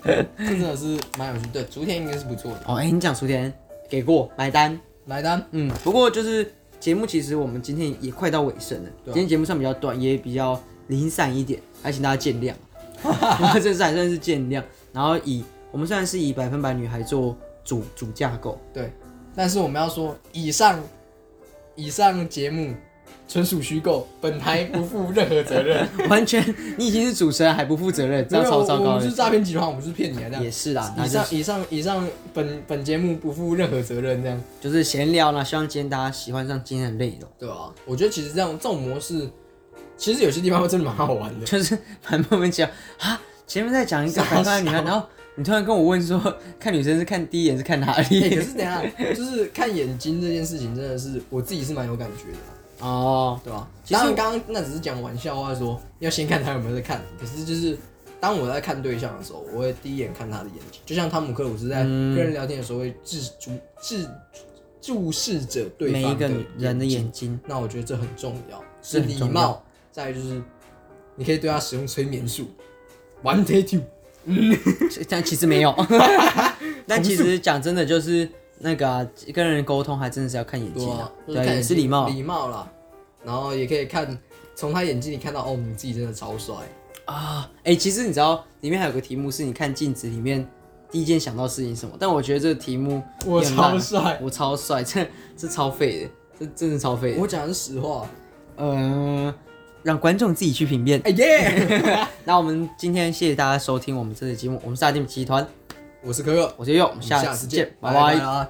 Speaker 2: 这真的是蛮有趣。对，竹田应该是不错的，
Speaker 1: 哦，哎、你讲雏田给过买单，
Speaker 2: 买单。
Speaker 1: 嗯，不过就是节目，其实我们今天也快到尾声了。
Speaker 2: 对啊
Speaker 1: 今天节目算比较短，也比较零散一点，还请大家见 谅。我这次还算是见谅。然后以我们虽然是以百分百女孩做主主架构，
Speaker 2: 对，但是我们要说，以上以上节目纯属虚构，本台不负任何责任。
Speaker 1: 完全你已经是主持人还不负责任， 这样超糟
Speaker 2: 没有我
Speaker 1: 糕
Speaker 2: 们就是
Speaker 1: 的。
Speaker 2: 诈骗集团，我们就是骗你啊，这样
Speaker 1: 也。是啦，那
Speaker 2: 以
Speaker 1: 就
Speaker 2: 上
Speaker 1: 是
Speaker 2: 以上以上本本节目不负任何责任，这样。
Speaker 1: 就是闲聊啦，希望今天大家喜欢上今天的内容，
Speaker 2: 对啊，我觉得其实这样这种模式，其实有些地方会真的蛮好玩 的。
Speaker 1: 就是蛮莫名其妙啊。前面在讲一个
Speaker 2: 傻
Speaker 1: 百分百女孩，
Speaker 2: 笑
Speaker 1: 然后你突然跟我问说，看女生是看第一眼是看哪
Speaker 2: 哎、可
Speaker 1: 里？
Speaker 2: 是等一下，就是看眼睛这件事情，真的是我自己是蛮有感觉的啊、
Speaker 1: 哦，
Speaker 2: 对吧？
Speaker 1: 其实
Speaker 2: 当然，刚刚那只是讲玩笑话说要先看他有没有在看，可是就是当我在看对象的时候，我会第一眼看他的眼睛，就像汤姆克鲁斯在
Speaker 1: 嗯
Speaker 2: 跟人聊天的时候会注注注注视着对
Speaker 1: 每一
Speaker 2: 方
Speaker 1: 个
Speaker 2: 的
Speaker 1: 人的
Speaker 2: 睛
Speaker 1: 眼睛。
Speaker 2: 那我觉得这很重要，
Speaker 1: 是很
Speaker 2: 礼
Speaker 1: 重要
Speaker 2: 貌，再来就是你可以对他使用催眠术，one day two，
Speaker 1: 但其实 没 有。但其实讲真的，就是那个、啊、跟人沟通，还真的是要看眼
Speaker 2: 对
Speaker 1: 睛
Speaker 2: 啊
Speaker 1: 啊，，
Speaker 2: 就
Speaker 1: 对啊，
Speaker 2: 看
Speaker 1: 也
Speaker 2: 眼
Speaker 1: 是
Speaker 2: 睛
Speaker 1: 礼貌
Speaker 2: 礼貌啦，然后也可以看从他眼睛里看到哦，你自己真的超帅，
Speaker 1: 啊。哎、其实你知道，里面还有个题目是你看镜子里面第一件想到的事情是什么？但我觉得这个题目
Speaker 2: 我
Speaker 1: 有点烂
Speaker 2: 超帅，
Speaker 1: 我超帅， 这这超废的，这真的超废的。
Speaker 2: 我讲的是实话，
Speaker 1: 呃，让观众自己去评辩。
Speaker 2: 哎耶，
Speaker 1: 那我们今天谢谢大家收听我们这期节目，我们是大电集团，
Speaker 2: 我是可可，
Speaker 1: 我是佑，我们
Speaker 2: 我们
Speaker 1: 下
Speaker 2: 下
Speaker 1: 次
Speaker 2: 次
Speaker 1: 见
Speaker 2: 见，，
Speaker 1: 拜拜
Speaker 2: 啦。